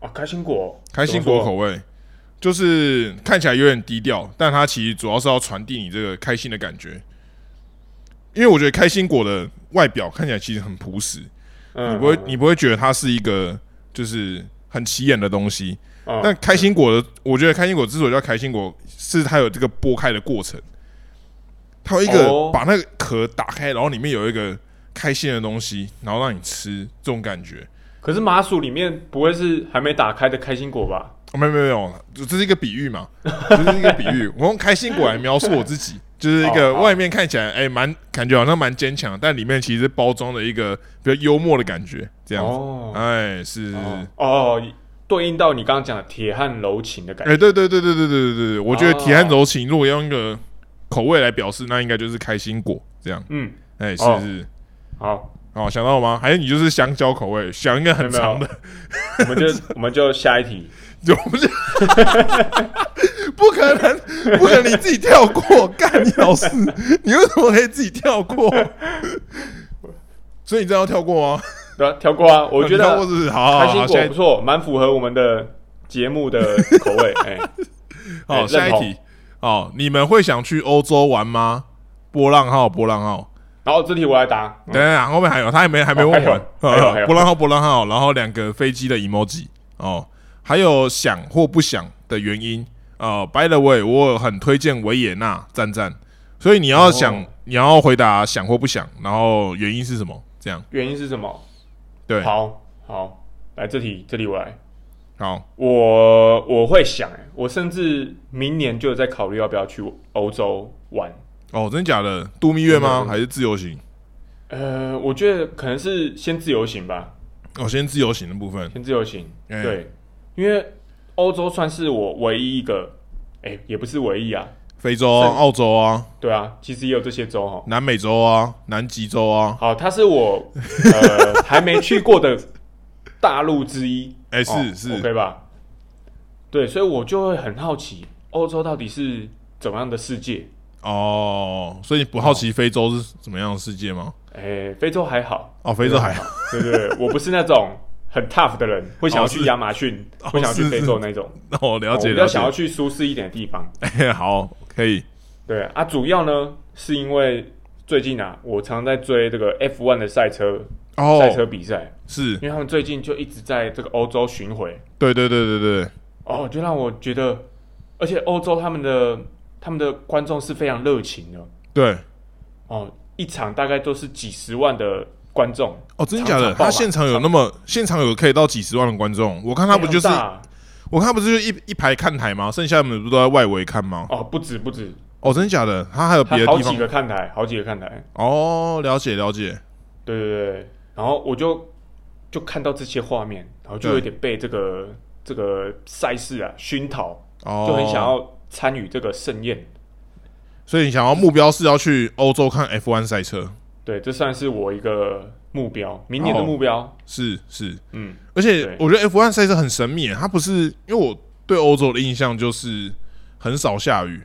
[SPEAKER 2] 啊，开心果，
[SPEAKER 1] 开心果
[SPEAKER 2] 怎
[SPEAKER 1] 口
[SPEAKER 2] 么
[SPEAKER 1] 味。就是看起来有点低调，但它其实主要是要传递你这个开心的感觉。因为我觉得开心果的外表看起来其实很朴实，
[SPEAKER 2] 说，嗯
[SPEAKER 1] 你不会，你不会觉得它是一个就是很起眼的东西。
[SPEAKER 2] 嗯
[SPEAKER 1] 但开心果的，我觉得开心果之所以叫开心果，是它有这个剥开的过程，它有一个
[SPEAKER 2] 哦
[SPEAKER 1] 把那个壳打开，然后里面有一个开心的东西，然后让你吃这种感觉。
[SPEAKER 2] 可是麻薯里面不会是还没打开的开心果吧？
[SPEAKER 1] 哦、没有没有没有，就这是一个比喻嘛，这是一个比 喻。我用开心果来描述我自己，就是一个
[SPEAKER 2] 哦好
[SPEAKER 1] 外面看起来哎蛮、感觉好像蛮坚强，但里面其实包装的一个比较幽默的感觉，这样子。
[SPEAKER 2] 哦
[SPEAKER 1] 哎，是是是。
[SPEAKER 2] 哦哦，对应到你刚刚讲的铁汉柔情的感
[SPEAKER 1] 哎、
[SPEAKER 2] 觉。
[SPEAKER 1] 对对对对对对对对，我觉得
[SPEAKER 2] 哦
[SPEAKER 1] 铁汉柔情如果用一个口味来表示，那应该就是开心果这样。
[SPEAKER 2] 嗯，
[SPEAKER 1] 哎、
[SPEAKER 2] 哦
[SPEAKER 1] 是是，
[SPEAKER 2] 好，
[SPEAKER 1] 哦，想到了吗？还是你就是香蕉口味，想一个很
[SPEAKER 2] 没有
[SPEAKER 1] 长的，
[SPEAKER 2] 我们就 我们就下一题。
[SPEAKER 1] 就不是，不可能， 不可能你自己跳过， 干你老师，你为什么可以自己跳过？ 所以你这样要跳过吗？
[SPEAKER 2] 对啊，跳过啊，我觉
[SPEAKER 1] 你跳过
[SPEAKER 2] 得
[SPEAKER 1] 是不是好好
[SPEAKER 2] 开
[SPEAKER 1] 好
[SPEAKER 2] 心
[SPEAKER 1] 好，下
[SPEAKER 2] 果
[SPEAKER 1] 一
[SPEAKER 2] 不错，蛮符合我们的节目的口 味。哎，哎
[SPEAKER 1] 好，下一
[SPEAKER 2] 认同
[SPEAKER 1] 题。哦，你们会想去欧洲玩吗？波浪号，波浪号。
[SPEAKER 2] 然后这题我来答。
[SPEAKER 1] 等等，后面还有，他还没还没问
[SPEAKER 2] 还有
[SPEAKER 1] 完。
[SPEAKER 2] 嗯哦还有还有
[SPEAKER 1] 波浪号，波浪号，然后两个飞机的 emoji 哦，还有想或不想的原因。呃，by the way，我很推荐维也纳，赞赞。所以你要想，
[SPEAKER 2] 哦
[SPEAKER 1] 你要回答想或不想，然后原因是什么？这样
[SPEAKER 2] 原因是什么？
[SPEAKER 1] 对，
[SPEAKER 2] 好好，来这题，这题我来。
[SPEAKER 1] 好
[SPEAKER 2] 我我会想、哎，我甚至明年就有在考虑要不要去欧洲玩。
[SPEAKER 1] 哦，真的假的？度蜜月吗？
[SPEAKER 2] 嗯
[SPEAKER 1] 还是自由行？
[SPEAKER 2] 呃，我觉得可能是先自由行吧，
[SPEAKER 1] 哦，先自由行的部分。
[SPEAKER 2] 先自由行。
[SPEAKER 1] 嗯
[SPEAKER 2] 对，因为欧洲算是我唯一一个，哎、也不是唯一啊，
[SPEAKER 1] 非洲啊、
[SPEAKER 2] 是
[SPEAKER 1] 澳洲啊、
[SPEAKER 2] 对啊，其实也有这些州哈。
[SPEAKER 1] 南美洲啊、南极洲啊，
[SPEAKER 2] 好，它是我呃 还没去过的大陆之一，
[SPEAKER 1] 哎，
[SPEAKER 2] 哦
[SPEAKER 1] 是是，
[SPEAKER 2] OK 吧？对，所以我就会很好奇，欧洲到底是怎么样的世界？
[SPEAKER 1] 哦，所以你不好奇非洲是怎么样的世界吗？
[SPEAKER 2] 哎、非洲还好，
[SPEAKER 1] 哦，非洲还好，
[SPEAKER 2] 对啊对，对我不是那种很 tough 的人，会想要去亚马逊，
[SPEAKER 1] 哦
[SPEAKER 2] 会想要
[SPEAKER 1] 是
[SPEAKER 2] 去非洲 那种，
[SPEAKER 1] 那哦我了
[SPEAKER 2] 我
[SPEAKER 1] 解
[SPEAKER 2] 比较
[SPEAKER 1] 了
[SPEAKER 2] 想要
[SPEAKER 1] 解。
[SPEAKER 2] 去舒适一点的地方。
[SPEAKER 1] 哎，好，可以。
[SPEAKER 2] 对啊，主要呢是因为最近啊，我常在追这个 F1 的赛车赛车
[SPEAKER 1] 哦，
[SPEAKER 2] 比赛，
[SPEAKER 1] 是
[SPEAKER 2] 因为他们最近就一直在这个欧洲巡回，
[SPEAKER 1] 对对对对对，
[SPEAKER 2] 哦，就让我觉得，而且欧洲他们的他们的观众是非常热情的
[SPEAKER 1] 对。
[SPEAKER 2] 哦，一场大概都是几十万的观众，
[SPEAKER 1] 哦，真的假的？
[SPEAKER 2] 常常爆
[SPEAKER 1] 他
[SPEAKER 2] 吧
[SPEAKER 1] 现场有那么现场有可以到几十万的观众，我看他不就是
[SPEAKER 2] 非常大
[SPEAKER 1] 我看他不是就一一排看台吗？剩下你们不都在外围看吗？
[SPEAKER 2] 哦，不止不止，
[SPEAKER 1] 哦，真的假的？他还有
[SPEAKER 2] 他
[SPEAKER 1] 别的
[SPEAKER 2] 好
[SPEAKER 1] 地
[SPEAKER 2] 几
[SPEAKER 1] 方
[SPEAKER 2] 个看台，好几个看台。
[SPEAKER 1] 哦，了解了解。
[SPEAKER 2] 对对对，然后我就就看到这些画面，然后就有点被这个这个赛事啊熏陶，
[SPEAKER 1] 哦，
[SPEAKER 2] 就很想。要参与这个盛宴。
[SPEAKER 1] 所以你想要目标是要去欧洲看 F1 赛车？
[SPEAKER 2] 对，这算是我一个目标，明年的
[SPEAKER 1] 哦
[SPEAKER 2] 目标。
[SPEAKER 1] 是是，
[SPEAKER 2] 嗯，
[SPEAKER 1] 而且
[SPEAKER 2] 对
[SPEAKER 1] 我觉得 F1 赛车很神秘耶，它不是因为我对欧洲的印象就是很少下雨，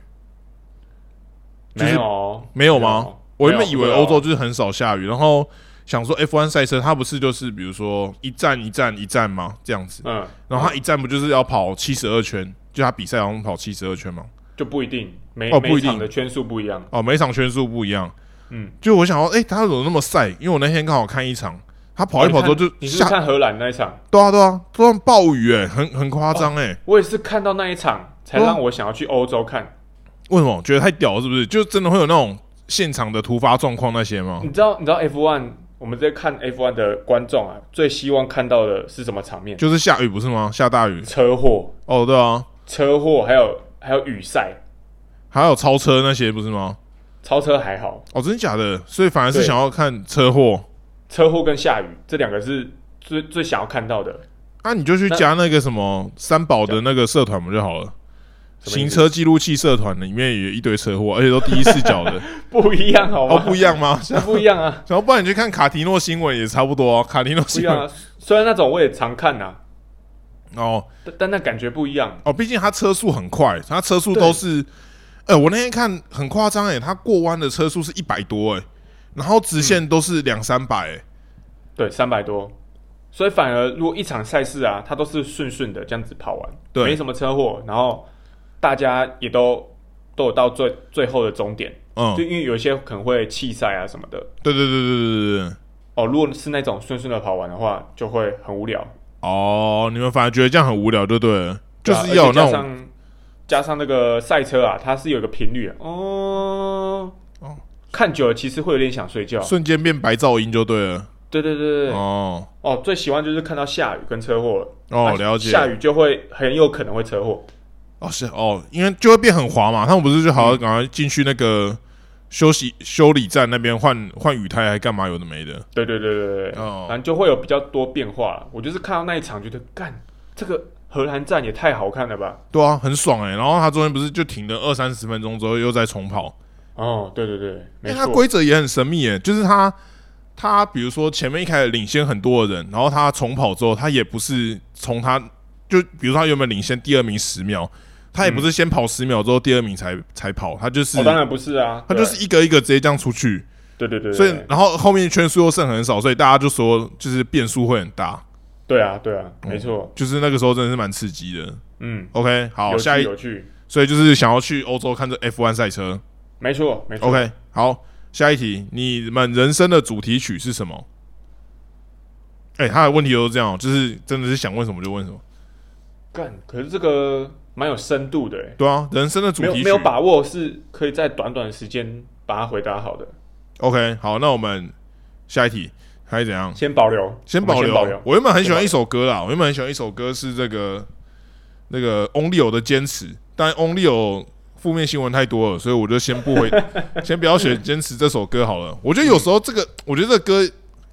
[SPEAKER 1] 就是
[SPEAKER 2] 没有哦，
[SPEAKER 1] 没有
[SPEAKER 2] 没有
[SPEAKER 1] 吗
[SPEAKER 2] 哦？
[SPEAKER 1] 我原本以
[SPEAKER 2] 没有
[SPEAKER 1] 为
[SPEAKER 2] 没有
[SPEAKER 1] 欧洲就是很少下雨，然后想说 F1 赛车它不是就是比如说一站一站一站吗？这样子，
[SPEAKER 2] 嗯，
[SPEAKER 1] 然后它一站不就是要跑七十二圈？就它比赛好像跑七十二圈嘛。
[SPEAKER 2] 就不一定，每、
[SPEAKER 1] 哦不
[SPEAKER 2] 每
[SPEAKER 1] 一定
[SPEAKER 2] 场的圈数不一样。
[SPEAKER 1] 哦，每一场圈数不一样。
[SPEAKER 2] 嗯，
[SPEAKER 1] 就我想要，哎、他怎么那么晒？因为我那天刚好看一场，他跑一跑之后就
[SPEAKER 2] 哦你看你是不
[SPEAKER 1] 下，
[SPEAKER 2] 是看荷兰那一场？
[SPEAKER 1] 对啊对啊，突然暴雨、哎，很很夸张、哎、
[SPEAKER 2] 我也是看到那一场才
[SPEAKER 1] 哦
[SPEAKER 2] 让我想要去欧洲看。
[SPEAKER 1] 为什么？觉得太屌了是不是？就真的会有那种现场的突发状况那些吗？
[SPEAKER 2] 你知道，你知道 F1，我们在看 F1 的观众啊，最希望看到的是什么场面？
[SPEAKER 1] 就是下雨不是吗？下大雨，
[SPEAKER 2] 车祸、
[SPEAKER 1] 哦，对啊，
[SPEAKER 2] 车祸，还有还有雨赛。
[SPEAKER 1] 还有超车那些不是吗？
[SPEAKER 2] 超车还好，
[SPEAKER 1] 哦，真的假的？所以反而是
[SPEAKER 2] 对
[SPEAKER 1] 想要看车祸，
[SPEAKER 2] 车祸跟下雨这两个是最最想要看到的。
[SPEAKER 1] 那、啊你就去
[SPEAKER 2] 那
[SPEAKER 1] 加那个什么三宝的那个社团不就好了？
[SPEAKER 2] 什么意
[SPEAKER 1] 行
[SPEAKER 2] 思
[SPEAKER 1] 车记录器社团里面也一堆车祸，而且都第一视角 的，
[SPEAKER 2] 不一样好吗？
[SPEAKER 1] 哦，不一样吗？
[SPEAKER 2] 不一 样啊，
[SPEAKER 1] 然后不然你去看卡提诺新闻也差不多、哦，卡提诺
[SPEAKER 2] 不一
[SPEAKER 1] 新闻、
[SPEAKER 2] 样啊。虽然那种我也常看呐、
[SPEAKER 1] 哦
[SPEAKER 2] 但但那感觉不一样。
[SPEAKER 1] 哦，毕竟他车速很快，他车速
[SPEAKER 2] 对
[SPEAKER 1] 都是，哎、我那天看很夸张哎，他过弯的车速是一百多哎、然后直线都是两三百哎，
[SPEAKER 2] 对，三百多，所以反而如果一场赛事啊，它都是顺顺的这样子跑完，
[SPEAKER 1] 对
[SPEAKER 2] 没什么车祸，然后大家也都都有到最最后的终点，
[SPEAKER 1] 嗯，
[SPEAKER 2] 就
[SPEAKER 1] 对
[SPEAKER 2] 因为有一些可能会弃赛啊什么的。
[SPEAKER 1] 对对对对对对，
[SPEAKER 2] 哦，如果是那种顺顺的跑完的话，就会很无聊。
[SPEAKER 1] 哦，你们反而觉得这样很无聊，对不对了？就
[SPEAKER 2] 对啊
[SPEAKER 1] 是要有
[SPEAKER 2] 而且加
[SPEAKER 1] 那种
[SPEAKER 2] 上加上那个赛车啊，它是有一个频率、啊、哦
[SPEAKER 1] 哦
[SPEAKER 2] 看久了其实会有点想睡觉。
[SPEAKER 1] 瞬间变白噪音就对了，
[SPEAKER 2] 对对对对，哦
[SPEAKER 1] 哦
[SPEAKER 2] 最喜欢就是看到下雨跟车祸了。
[SPEAKER 1] 哦
[SPEAKER 2] 啊，
[SPEAKER 1] 了解，
[SPEAKER 2] 下雨就会很有可能会车祸。
[SPEAKER 1] 哦是哦，因为就会变很滑嘛，他们不是就好像赶快进去那个休息修理站那边换换雨胎还干嘛有的没的，
[SPEAKER 2] 对对对对对对，
[SPEAKER 1] 哦
[SPEAKER 2] 然后就会有比较多变化了。我就是看到那一场，觉得干这个荷兰站也太好看了吧！
[SPEAKER 1] 对啊，很爽哎、然后他中间不是就停了二三十分钟之后又再重跑，
[SPEAKER 2] 哦，对对对，
[SPEAKER 1] 因
[SPEAKER 2] 没
[SPEAKER 1] 为哎它
[SPEAKER 2] 错，
[SPEAKER 1] 规则也很神秘哎、就是他他比如说前面一开始领先很多的人，然后他重跑之后，他也不是从他就比如说他原本领先第二名十秒，他也不是先跑十秒之后第二名才才跑，他就是、
[SPEAKER 2] 哦，当然不是啊，
[SPEAKER 1] 他就是一个一个直接这样出去，
[SPEAKER 2] 对对对，对
[SPEAKER 1] 所以
[SPEAKER 2] 对
[SPEAKER 1] 然后后面圈数又剩很少，所以大家就说就是变数会很大，
[SPEAKER 2] 对啊对啊，
[SPEAKER 1] 嗯
[SPEAKER 2] 没错，
[SPEAKER 1] 就是那个时候真的是蛮刺激的。
[SPEAKER 2] 嗯，
[SPEAKER 1] OK，好，
[SPEAKER 2] 有
[SPEAKER 1] 下
[SPEAKER 2] 趣
[SPEAKER 1] 一
[SPEAKER 2] 有趣，
[SPEAKER 1] 所以就是想要去欧洲看这 F1 赛车。
[SPEAKER 2] 没错没错。
[SPEAKER 1] OK，好，下一题，你们人生的主题曲是什么？哎、他的问题都是这样哦，就是真的是想问什么就问什么。
[SPEAKER 2] 干，可是这个蛮有深度的欸，
[SPEAKER 1] 对啊，人生的主
[SPEAKER 2] 没有
[SPEAKER 1] 题
[SPEAKER 2] 没
[SPEAKER 1] 曲
[SPEAKER 2] 有。把握是可以在短短的时间把它回答好的，
[SPEAKER 1] OK，好，那我们下一题还是怎样？
[SPEAKER 2] 先保留，
[SPEAKER 1] 先
[SPEAKER 2] 我们
[SPEAKER 1] 保留。
[SPEAKER 2] 先保留。
[SPEAKER 1] 我原本很喜
[SPEAKER 2] 先保
[SPEAKER 1] 欢
[SPEAKER 2] 留
[SPEAKER 1] 一首歌啦，我原本很喜欢一首歌是这个那个 Only o 的坚持，但 Only o 负面新闻太多了，所以我就先不 回，先不要选坚持这首歌好了。我觉得有时候这个，我觉得这个歌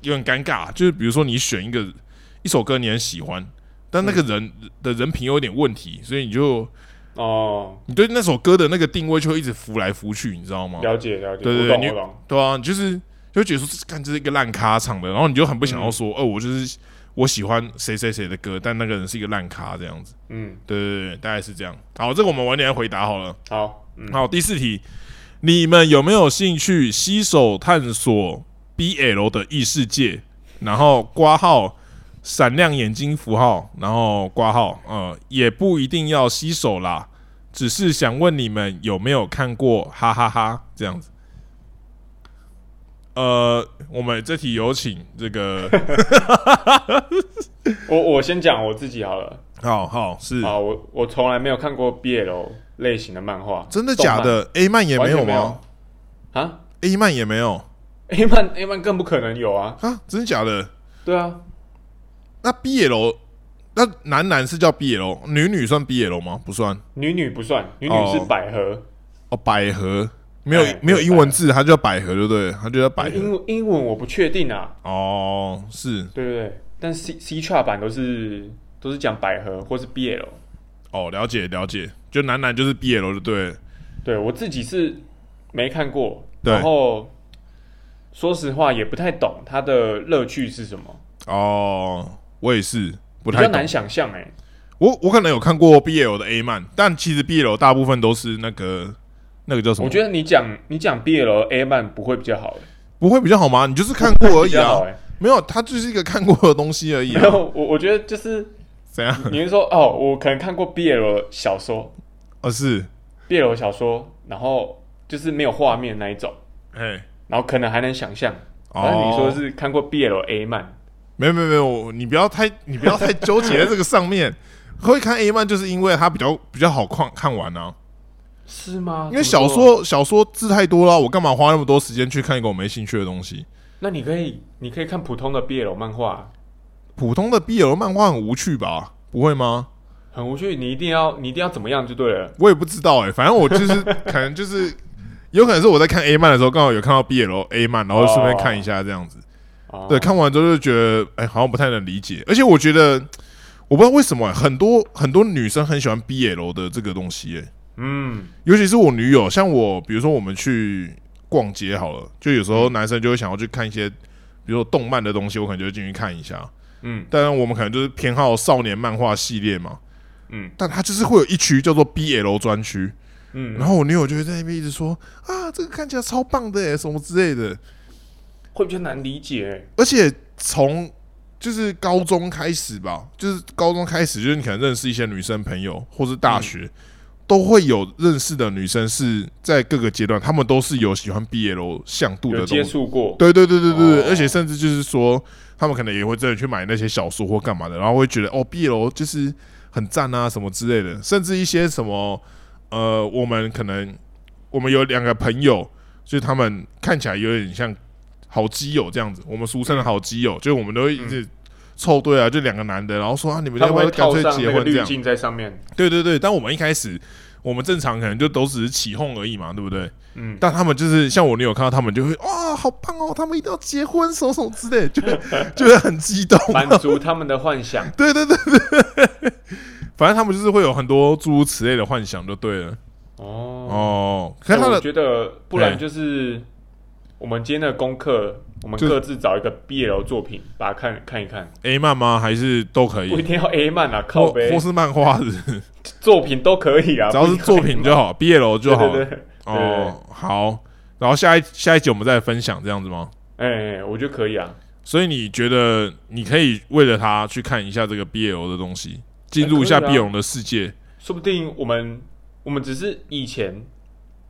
[SPEAKER 1] 有点尴尬，就是比如说你选一个一首歌你很喜欢，但那个人的人品有点问题，所以你就
[SPEAKER 2] 哦，
[SPEAKER 1] 你对那首歌的那个定位就会一直浮来浮去，你知道吗？
[SPEAKER 2] 了解了解，
[SPEAKER 1] 对对
[SPEAKER 2] 我
[SPEAKER 1] 对
[SPEAKER 2] 懂
[SPEAKER 1] 你
[SPEAKER 2] 我懂。
[SPEAKER 1] 对啊，你就是就会觉得说，这干这是一个烂咖唱的，然后你就很不想要说，哦、我就是我喜欢谁谁谁的歌，但那个人是一个烂咖这样子。
[SPEAKER 2] 嗯，
[SPEAKER 1] 对对对，大概是这样。好，这个我们晚点来回答好了。
[SPEAKER 2] 好，嗯，
[SPEAKER 1] 好，第四题，你们有没有兴趣携手探索 BL 的异世界？然后挂号闪亮眼睛符号，然后挂号，呃，也不一定要携手啦，只是想问你们有没有看过，哈哈哈这样子。呃，我们这题有请这个，
[SPEAKER 2] 我我先讲我自己好了。
[SPEAKER 1] 好好是，
[SPEAKER 2] 啊，我我从来没有看过 BL 类型的漫画，
[SPEAKER 1] 真的假的？A 漫也
[SPEAKER 2] 动漫？
[SPEAKER 1] 没有
[SPEAKER 2] 完全
[SPEAKER 1] 吗
[SPEAKER 2] 没有啊
[SPEAKER 1] ？A 漫也没有
[SPEAKER 2] ？A 漫 A 漫更不可能有啊！
[SPEAKER 1] 啊？真的假的？
[SPEAKER 2] 对啊，
[SPEAKER 1] 那 BL，那男男是叫 BL，女女算 BL 吗？不算
[SPEAKER 2] 女女不算，女女是百合，
[SPEAKER 1] 哦，百合没有、
[SPEAKER 2] 哎
[SPEAKER 1] 没有英文字，它就叫百合，对不对了？它就叫百合。
[SPEAKER 2] 英文英文我不确定啊，
[SPEAKER 1] 哦，是
[SPEAKER 2] 对不对？但 C C 叉版都是都是讲百合或是 BL，
[SPEAKER 1] 哦，了解了解，就男男就是 BL 就对了。
[SPEAKER 2] 对我自己是没看过，
[SPEAKER 1] 对
[SPEAKER 2] 然后说实话也不太懂它的乐趣是什么，
[SPEAKER 1] 哦，我也是不
[SPEAKER 2] 比
[SPEAKER 1] 太
[SPEAKER 2] 较
[SPEAKER 1] 懂嗯
[SPEAKER 2] 难。想象哎、
[SPEAKER 1] 我我可能有看过 BL 的 A 漫，但其实 BL 大部分都是那个那个叫什么？
[SPEAKER 2] 我觉得你讲你讲 BL A 漫不会比较好、欸
[SPEAKER 1] 不不会比较好吗？你就是看过而
[SPEAKER 2] 比
[SPEAKER 1] 已
[SPEAKER 2] 较
[SPEAKER 1] 啊
[SPEAKER 2] 好，哎、
[SPEAKER 1] 没有，它就是一个看过的东西而已、
[SPEAKER 2] 然
[SPEAKER 1] 啊。
[SPEAKER 2] 后我我觉得就是
[SPEAKER 1] 怎样？
[SPEAKER 2] 你是说哦，我可能看过 BL 小说
[SPEAKER 1] 哦，是，
[SPEAKER 2] ，BL 小说，然后就是没有画面那一种，
[SPEAKER 1] 哎，
[SPEAKER 2] 然后可能还能想象。但是
[SPEAKER 1] 哦，
[SPEAKER 2] 你说是看过 BL A 漫，
[SPEAKER 1] 没有没有没有，我你不要太你不要太纠结在这个上面。会看 A 漫就是因为它比较比较好看看完啊，
[SPEAKER 2] 是吗？
[SPEAKER 1] 因为
[SPEAKER 2] 怎
[SPEAKER 1] 小
[SPEAKER 2] 么说，
[SPEAKER 1] 说小说字太多了，我干嘛花那么多时间去看一个我没兴趣的东西？
[SPEAKER 2] 那你可以你可以看普通的 BL 漫画，啊
[SPEAKER 1] 普通的 BL 漫画很无趣吧？不会吗？
[SPEAKER 2] 很无趣，你一定要你一定要怎么样就对了。
[SPEAKER 1] 我也不知道哎、反正我就是可能就是有可能是我在看 A 漫的时候刚好有看到 BL A 漫，然后顺便看一下这样子。
[SPEAKER 2] 哦
[SPEAKER 1] 对，，看完之后就觉得哎、好像不太能理解，而且我觉得我不知道为什么、欸、很多很多女生很喜欢 BL 的这个东西哎、
[SPEAKER 2] 嗯，
[SPEAKER 1] 尤其是我女友，像我，比如说我们去逛街好了，就有时候男生就会想要去看一些，比如说动漫的东西，我可能就会进去看一下。
[SPEAKER 2] 嗯，
[SPEAKER 1] 当然，我们可能就是偏好少年漫画系列嘛。
[SPEAKER 2] 嗯，
[SPEAKER 1] 但它就是会有一区叫做 BL 专区，
[SPEAKER 2] 嗯，
[SPEAKER 1] 然后我女友就会在那边一直说啊，这个看起来超棒的欸耶，什么之类的。
[SPEAKER 2] 会比较难理解、
[SPEAKER 1] 而且从就是高中开始吧，就是高中开始，就是你可能认识一些女生朋友，或是
[SPEAKER 2] 嗯
[SPEAKER 1] 大学、都会有认识的女生是在各个阶段，她们都是有喜欢 BL 向度的
[SPEAKER 2] 有
[SPEAKER 1] 东
[SPEAKER 2] 接
[SPEAKER 1] 西。
[SPEAKER 2] 触过，
[SPEAKER 1] 对对对对对，对
[SPEAKER 2] 哦
[SPEAKER 1] 而且甚至就是说，她们可能也会真的去买那些小说或干嘛的，然后会觉得哦，BL 就是很赞啊什么之类的，甚至一些什么呃，我们可能我们有两个朋友，就是他们看起来有点像好基友这样子，我们俗称的好基友，就是我们都会一直凑对啊，就两个男的，然后说啊，你们
[SPEAKER 2] 嗯他
[SPEAKER 1] 要
[SPEAKER 2] 们
[SPEAKER 1] 不要
[SPEAKER 2] 会
[SPEAKER 1] 干
[SPEAKER 2] 套
[SPEAKER 1] 脆
[SPEAKER 2] 上
[SPEAKER 1] 结
[SPEAKER 2] 那个
[SPEAKER 1] 婚这
[SPEAKER 2] 滤
[SPEAKER 1] 样？
[SPEAKER 2] 镜在 上面，
[SPEAKER 1] 对对对，但我们一开始我们正常可能就都只是起哄而已嘛，对不对？
[SPEAKER 2] 嗯，
[SPEAKER 1] 但他们就是像我女友看到他们就会哇，好棒哦，他们一定要结婚，什么什么之类的， 就会就会很激动。
[SPEAKER 2] 满足他们的幻想。
[SPEAKER 1] 对对对对，反正他们就是会有很多诸如此类的幻想，就对了。
[SPEAKER 2] 哦，
[SPEAKER 1] 哦，可
[SPEAKER 2] 但
[SPEAKER 1] 是他
[SPEAKER 2] 我
[SPEAKER 1] 的
[SPEAKER 2] 觉得，不
[SPEAKER 1] 嘿
[SPEAKER 2] 然就是我们今天的功课，我们
[SPEAKER 1] 就
[SPEAKER 2] 各自找一个 BL 作品，把它看看一看，
[SPEAKER 1] A 漫吗？还是都可
[SPEAKER 2] 不一
[SPEAKER 1] 以，
[SPEAKER 2] 定要 A 漫啊，靠
[SPEAKER 1] 或
[SPEAKER 2] 呗
[SPEAKER 1] 或，是漫画是不是，
[SPEAKER 2] 作品都可以 啊，
[SPEAKER 1] 只要是作品就好，BL
[SPEAKER 2] 不一定
[SPEAKER 1] 就
[SPEAKER 2] 要 A
[SPEAKER 1] 好
[SPEAKER 2] 漫。对对对，
[SPEAKER 1] 哦，好。然后下一下一集我们再分享这样子吗？
[SPEAKER 2] 哎、我觉得可以啊，
[SPEAKER 1] 所以你觉得你可以为了他去看一下这个 BL 的东西，进入一下
[SPEAKER 2] 哎可以啊
[SPEAKER 1] BL 的世界？
[SPEAKER 2] 说不定我们我们只是以前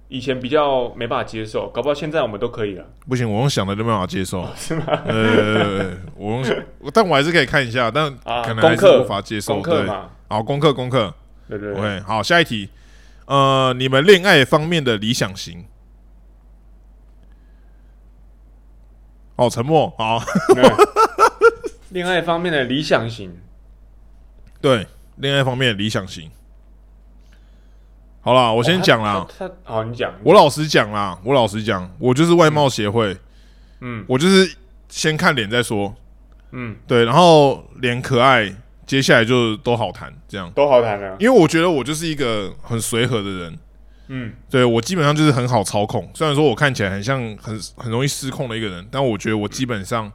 [SPEAKER 2] 以前比较没办法接受，搞不好现在我们都可以了，
[SPEAKER 1] 不行，我用想的就没办法接受。
[SPEAKER 2] 是吗？
[SPEAKER 1] 呃，我用想，但我还是可以看一下，但
[SPEAKER 2] 啊
[SPEAKER 1] 可能
[SPEAKER 2] 功
[SPEAKER 1] 还是
[SPEAKER 2] 课
[SPEAKER 1] 无法接受。
[SPEAKER 2] 功课
[SPEAKER 1] 对，
[SPEAKER 2] 嘛，
[SPEAKER 1] 好，功课，功课。
[SPEAKER 2] 对对对
[SPEAKER 1] OK，好，下一题。呃，你们恋爱方面的理想型？哦，沉默。好，
[SPEAKER 2] 对恋爱方面的理想型，
[SPEAKER 1] 对，恋爱方面的理想型。好啦，我
[SPEAKER 2] 我
[SPEAKER 1] 先讲啦。
[SPEAKER 2] 他他好，你讲，
[SPEAKER 1] 我老实讲啦，我老实讲，我就是外貌协会，
[SPEAKER 2] 嗯
[SPEAKER 1] 我就是先看脸再说。
[SPEAKER 2] 嗯，
[SPEAKER 1] 对，然后脸可爱，接下来就都好谈这样。
[SPEAKER 2] 都好谈啊，
[SPEAKER 1] 因为我觉得我就是一个很随和的人，
[SPEAKER 2] 嗯。
[SPEAKER 1] 对我基本上就是很好操控。虽然说我看起来很像很很容易失控的一个人，但我觉得我基本上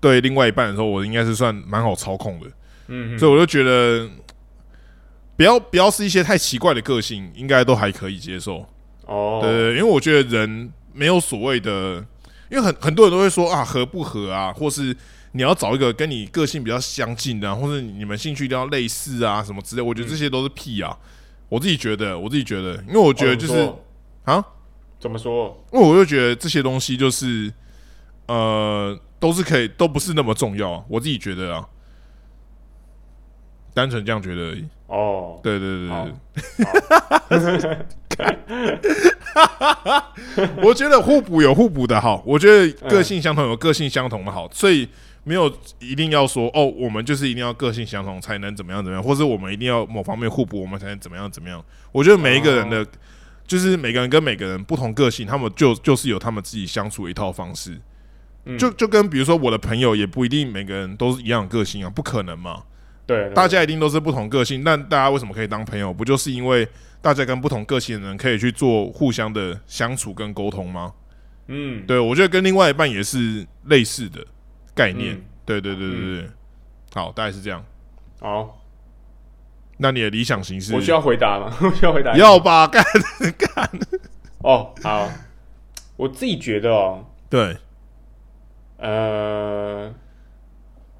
[SPEAKER 1] 对另外一半的时候，我应该是算蛮好操控的。
[SPEAKER 2] 嗯，
[SPEAKER 1] 所以我就觉得，不要不要是一些太奇怪的个性，应该都还可以接受。
[SPEAKER 2] 哦，
[SPEAKER 1] 对，对，因为我觉得人没有所谓的，因为很很多人都会说啊合不合啊，或是你要找一个跟你个性比较相近的、啊，或是你们兴趣一定要类似啊什么之类。我觉得这些都是屁啊，我自己觉得，我自己觉得，因为我觉得就是、啊，
[SPEAKER 2] 哦怎么说？
[SPEAKER 1] 因为我就觉得这些东西就是呃都是可以，都不是那么重要啊，我自己觉得啊。单纯这样觉得而已，
[SPEAKER 2] 哦，
[SPEAKER 1] 对对对
[SPEAKER 2] 好
[SPEAKER 1] 对 我觉得互补有互补的好，我觉得个性相同有个性相同的好，所以没有一定要说哦，我们就是一定要个性相同才能怎么样怎么样，或者我们一定要某方面互补，我们才能怎么样怎么样。我觉得每一个人的，啊就是每个人跟每个人不同个性，他们就就是有他们自己相处的一套方式。
[SPEAKER 2] 嗯
[SPEAKER 1] 就就跟比如说我的朋友也不一定每个人都是一样的个性啊，不可能嘛。
[SPEAKER 2] 对，
[SPEAKER 1] 大家一定都是不同个性，但大家为什么可以当朋友？不就是因为大家跟不同个性的人可以去做互相的相处跟沟通吗？
[SPEAKER 2] 嗯，
[SPEAKER 1] 对，我觉得跟另外一半也是类似的概念。
[SPEAKER 2] 嗯
[SPEAKER 1] 对对对对对，对好，大概是这样。
[SPEAKER 2] 好，
[SPEAKER 1] 那你的理想型是
[SPEAKER 2] 我需要回答吗？我 需要回答。
[SPEAKER 1] 要吧？干
[SPEAKER 2] 哦，好，我自己觉得哦，
[SPEAKER 1] 对，
[SPEAKER 2] 呃，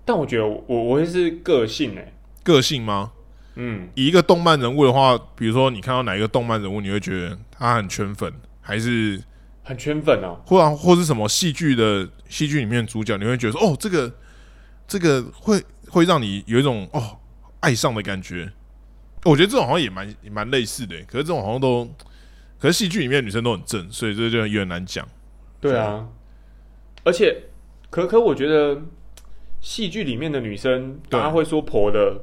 [SPEAKER 2] 但我觉得我我会是个性哎、
[SPEAKER 1] 个性吗？
[SPEAKER 2] 嗯，
[SPEAKER 1] 以一个动漫人物的话，比如说你看到哪一个动漫人物，你会觉得他很圈粉，还是
[SPEAKER 2] 很圈粉哦、
[SPEAKER 1] 或然或是什么戏剧的戏剧里面的主角，你会觉得说哦，这个这个会会让你有一种哦爱上的感觉。我觉得这种好像也蛮也蛮类似的，欸可是这种好像都，可是戏剧里面的女生都很正，所以这就有点难讲。
[SPEAKER 2] 对啊，而且可可，我觉得戏剧里面的女生，
[SPEAKER 1] 对
[SPEAKER 2] 大家会说婆的，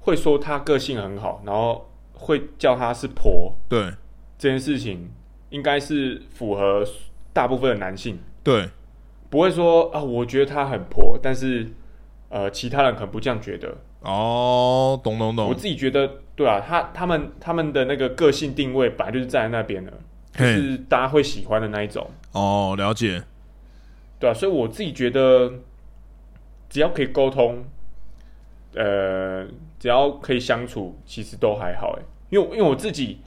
[SPEAKER 2] 会说她个性很好，然后会叫她是婆
[SPEAKER 1] 对
[SPEAKER 2] 这件事情，应该是符合大部分的男性，
[SPEAKER 1] 对
[SPEAKER 2] 不会说啊，我觉得她很婆，但是呃，其他人可能不这样觉得。
[SPEAKER 1] 哦，懂懂
[SPEAKER 2] 我
[SPEAKER 1] 懂，
[SPEAKER 2] 自己觉得，对啊，他他们他们的那个个性定位本来就是站在那边的，就
[SPEAKER 1] 嘿
[SPEAKER 2] 是大家会喜欢的那一种，
[SPEAKER 1] 哦，了解。
[SPEAKER 2] 对啊，所以我自己觉得，只要可以沟通，呃，只要可以相处，其实都还好哎，因为我因为我自己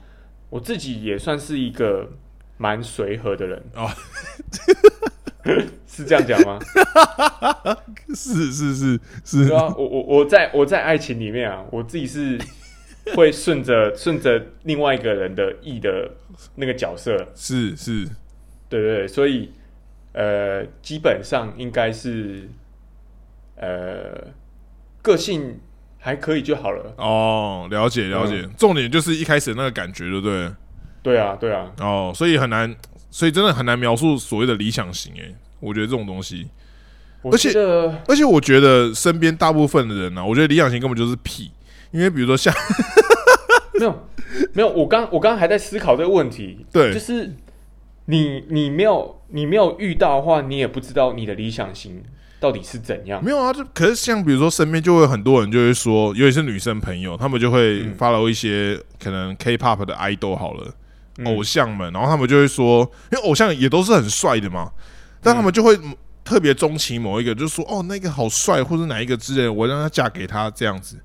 [SPEAKER 2] 我自己也算是一个蛮随和的人
[SPEAKER 1] 哦，
[SPEAKER 2] 是这样讲吗？
[SPEAKER 1] 是是是
[SPEAKER 2] 对
[SPEAKER 1] 是，
[SPEAKER 2] 啊，我我我在我在爱情里面啊，我自己是会顺着顺着另外一个人的意的那个角色，
[SPEAKER 1] 是是，
[SPEAKER 2] 对对对，所以呃，基本上应该是呃个性还可以就好了。
[SPEAKER 1] 哦，了解了解。重点就是一开始那个感觉，对不对了？
[SPEAKER 2] 对啊，对啊，
[SPEAKER 1] 哦，所以很难，所以真的很难描述所谓的理想型。诶，我觉得这种东西，
[SPEAKER 2] 我觉得
[SPEAKER 1] 而且我觉得身边大部分的人呢、啊我觉得理想型根本就是屁。因为比如说像
[SPEAKER 2] 没有没有，我刚我刚还在思考这个问题，
[SPEAKER 1] 对
[SPEAKER 2] 就是你你没有你没有遇到的话，你也不知道你的理想型到底是怎样。
[SPEAKER 1] 没有啊，就可是像比如说身边就会有很多人就会说，尤其是女生朋友，她们就会
[SPEAKER 2] 嗯
[SPEAKER 1] follow 一些可能 K-pop 的 idol 好了，
[SPEAKER 2] 嗯
[SPEAKER 1] 偶像们，然后他们就会说，因为偶像也都是很帅的嘛，但他们就会特别钟情某一个，就说哦那个好帅，或者哪一个之类的，我让她嫁给他这样子。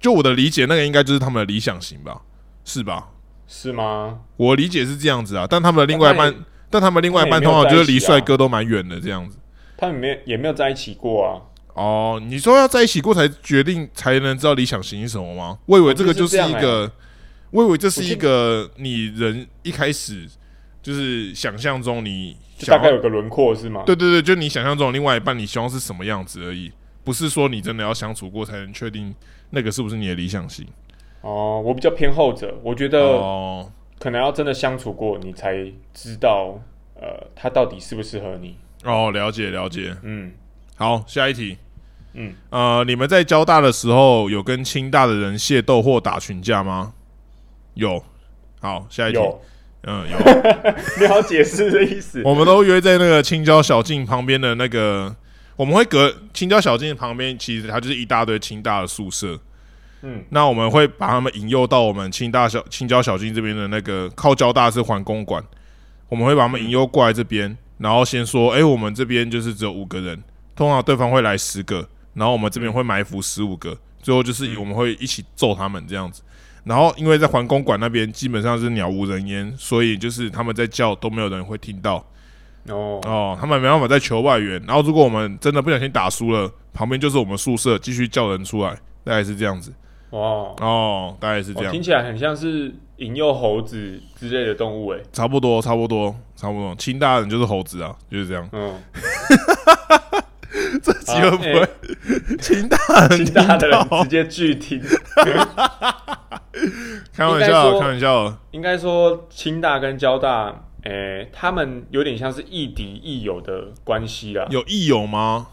[SPEAKER 1] 就我的理解，那个应该就是他们的理想型吧，是吧？
[SPEAKER 2] 是吗？
[SPEAKER 1] 我理解是这样子啊，但他们的另外一半
[SPEAKER 2] 那也，
[SPEAKER 1] 但他们另外一半
[SPEAKER 2] 那也没
[SPEAKER 1] 通
[SPEAKER 2] 有
[SPEAKER 1] 常就是
[SPEAKER 2] 在一
[SPEAKER 1] 离
[SPEAKER 2] 起啊
[SPEAKER 1] 帅哥都蛮远的这样子。
[SPEAKER 2] 他们没也没有在一起过啊。
[SPEAKER 1] 哦，你说要在一起过才决定才能知道理想型是什么吗？我以为这个就是一
[SPEAKER 2] 我觉得是这
[SPEAKER 1] 个，我以为这是一个你人一开始就是想象中你
[SPEAKER 2] 就大
[SPEAKER 1] 想
[SPEAKER 2] 概
[SPEAKER 1] 要，
[SPEAKER 2] 有个轮廓是吗？
[SPEAKER 1] 对对对，就你想象中的另外一半你希望是什么样子而已，不是说你真的要相处过才能确定那个是不是你的理想型。
[SPEAKER 2] 哦，我比较偏后者，我觉得
[SPEAKER 1] 哦，
[SPEAKER 2] 可能要真的相处过，你才知道，呃，他到底适不适合你。
[SPEAKER 1] 哦，了解了解。
[SPEAKER 2] 嗯，
[SPEAKER 1] 好，下一题。
[SPEAKER 2] 嗯，
[SPEAKER 1] 呃，你们在交大的时候有跟清大的人械斗或打群架吗？有。好，下一题。
[SPEAKER 2] 有，
[SPEAKER 1] 嗯，有。
[SPEAKER 2] 你好解释的意思。
[SPEAKER 1] 我们都约在那个青椒小径旁边的那个，我们会隔青椒小径旁边，其实它就是一大堆清大的宿舍。
[SPEAKER 2] 嗯，
[SPEAKER 1] 那我们会把他们引诱到我们清大小青椒小径这边的那个靠交大是环公馆，我们会把他们引诱过来这边，然后先说，哎、我们这边就是只有五个人，通常对方会来十个，然后我们这边会埋伏十五个，最后就是我们会一起揍他们这样子。然后因为在环公馆那边基本上是鸟无人烟，所以就是他们在叫都没有人会听到。
[SPEAKER 2] 哦，
[SPEAKER 1] 哦，他们没办法再求外援。然后如果我们真的不小心打输了，旁边就是我们宿舍，继续叫人出来，大概是这样子。
[SPEAKER 2] 哇，
[SPEAKER 1] 哦，大概是这
[SPEAKER 2] 我
[SPEAKER 1] 样
[SPEAKER 2] 听，起来很像是引诱猴子之类的动物，哎，。
[SPEAKER 1] 差不多，差不多，差不多。清大人就是猴子啊，就是这样
[SPEAKER 2] 嗯，
[SPEAKER 1] 这集会不
[SPEAKER 2] 啊
[SPEAKER 1] 会清大人
[SPEAKER 2] 清大的人
[SPEAKER 1] 听到
[SPEAKER 2] 直接拒听。
[SPEAKER 1] 开玩
[SPEAKER 2] 应该
[SPEAKER 1] 笑，啊
[SPEAKER 2] 说
[SPEAKER 1] 开玩笑。
[SPEAKER 2] 应该说，清大跟交大，哎、他们有点像是亦敌亦友的关系啦。
[SPEAKER 1] 有益友吗？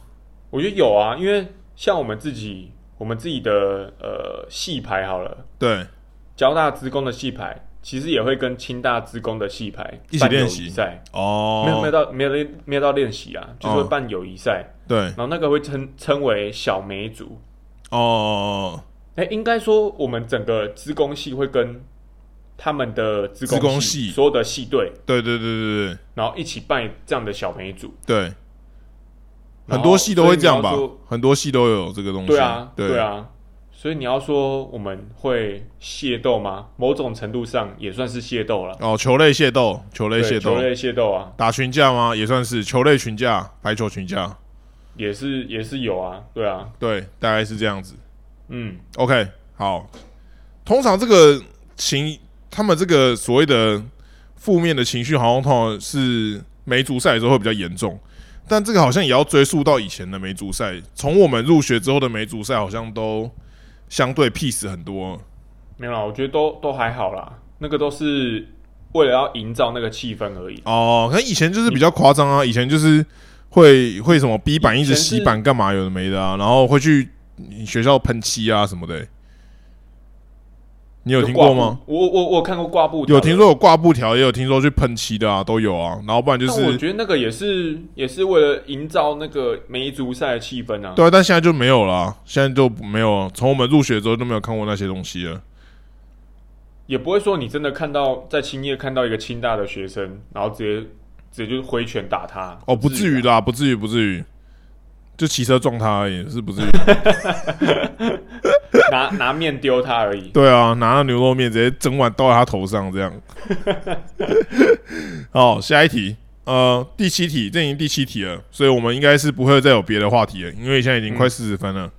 [SPEAKER 2] 我觉得有啊，因为像我们自己，我们自己的呃戏牌好了，
[SPEAKER 1] 对，
[SPEAKER 2] 交大职工的戏牌，其实也会跟清大职工的戏牌
[SPEAKER 1] 一起
[SPEAKER 2] 办
[SPEAKER 1] 练
[SPEAKER 2] 友
[SPEAKER 1] 习
[SPEAKER 2] 谊赛，
[SPEAKER 1] 哦，
[SPEAKER 2] 没有没有到没有练没有到练习啊，就是会
[SPEAKER 1] 哦
[SPEAKER 2] 办友谊赛，
[SPEAKER 1] 对，
[SPEAKER 2] 然后那个会称称为小美组。
[SPEAKER 1] 哦，
[SPEAKER 2] 哎、应该说我们整个职工系会跟他们的职
[SPEAKER 1] 职工系
[SPEAKER 2] 系所有的系队，
[SPEAKER 1] 对对对对
[SPEAKER 2] 然后一起办这样的小美组。
[SPEAKER 1] 对对，
[SPEAKER 2] 然
[SPEAKER 1] 很
[SPEAKER 2] 后
[SPEAKER 1] 多戏都会这样吧
[SPEAKER 2] 所以你要说？
[SPEAKER 1] 很多戏都有这个东西。
[SPEAKER 2] 对啊，
[SPEAKER 1] 对
[SPEAKER 2] 对啊，所以你要说我们会械斗吗？某种程度上也算是械斗了，
[SPEAKER 1] 哦，球类械斗，球类
[SPEAKER 2] 对
[SPEAKER 1] 械斗
[SPEAKER 2] 球，类械斗啊，
[SPEAKER 1] 打群架吗？也算是球类群架、排球群架。
[SPEAKER 2] 也是也是有啊，对啊，
[SPEAKER 1] 对，大概是这样子。
[SPEAKER 2] 嗯，
[SPEAKER 1] OK，好，通常这个情，他们这个所谓的负面的情绪，好像通常是梅竹赛的时候会比较严重，但这个好像也要追溯到以前的梅竹赛，从我们入学之后的梅竹赛，好像都相对 peace 很多。
[SPEAKER 2] 没有啦，我觉得都都还好啦，那个都是为了要营造那个气氛而已。
[SPEAKER 1] 哦，可能以前就是比较夸张啊，以前就是会会什么 B 版一直
[SPEAKER 2] 以前是
[SPEAKER 1] 洗版干嘛有的没的啊，然后会去你学校喷漆啊什么的欸、你有
[SPEAKER 2] 就
[SPEAKER 1] 听
[SPEAKER 2] 挂
[SPEAKER 1] 过
[SPEAKER 2] 布
[SPEAKER 1] 吗？？
[SPEAKER 2] 我我我有看过挂布条的，
[SPEAKER 1] 有听说有挂布条，也有听说去喷漆的啊，都有啊。然后不然就
[SPEAKER 2] 但我
[SPEAKER 1] 是
[SPEAKER 2] 觉得那个也是也是为了营造那个梅竹赛的气氛啊。
[SPEAKER 1] 对啊，但现在就没有了，啊现在就没有。从我们入学之后就没有看过那些东西了。
[SPEAKER 2] 也不会说你真的看到在青叶看到一个清大的学生，然后直接直接就挥拳打他。
[SPEAKER 1] 哦，不至于
[SPEAKER 2] 的，
[SPEAKER 1] 啦，不至于，不至于，就骑车撞他而已，是不至于。
[SPEAKER 2] 拿拿面丢他而已。
[SPEAKER 1] 对啊，拿了牛肉面直接整碗倒在他头上这样。 好，下一题，呃，第七题，这已经第七题了，所以我们应该是不会再有别的话题了，因为现在已经快四十分了。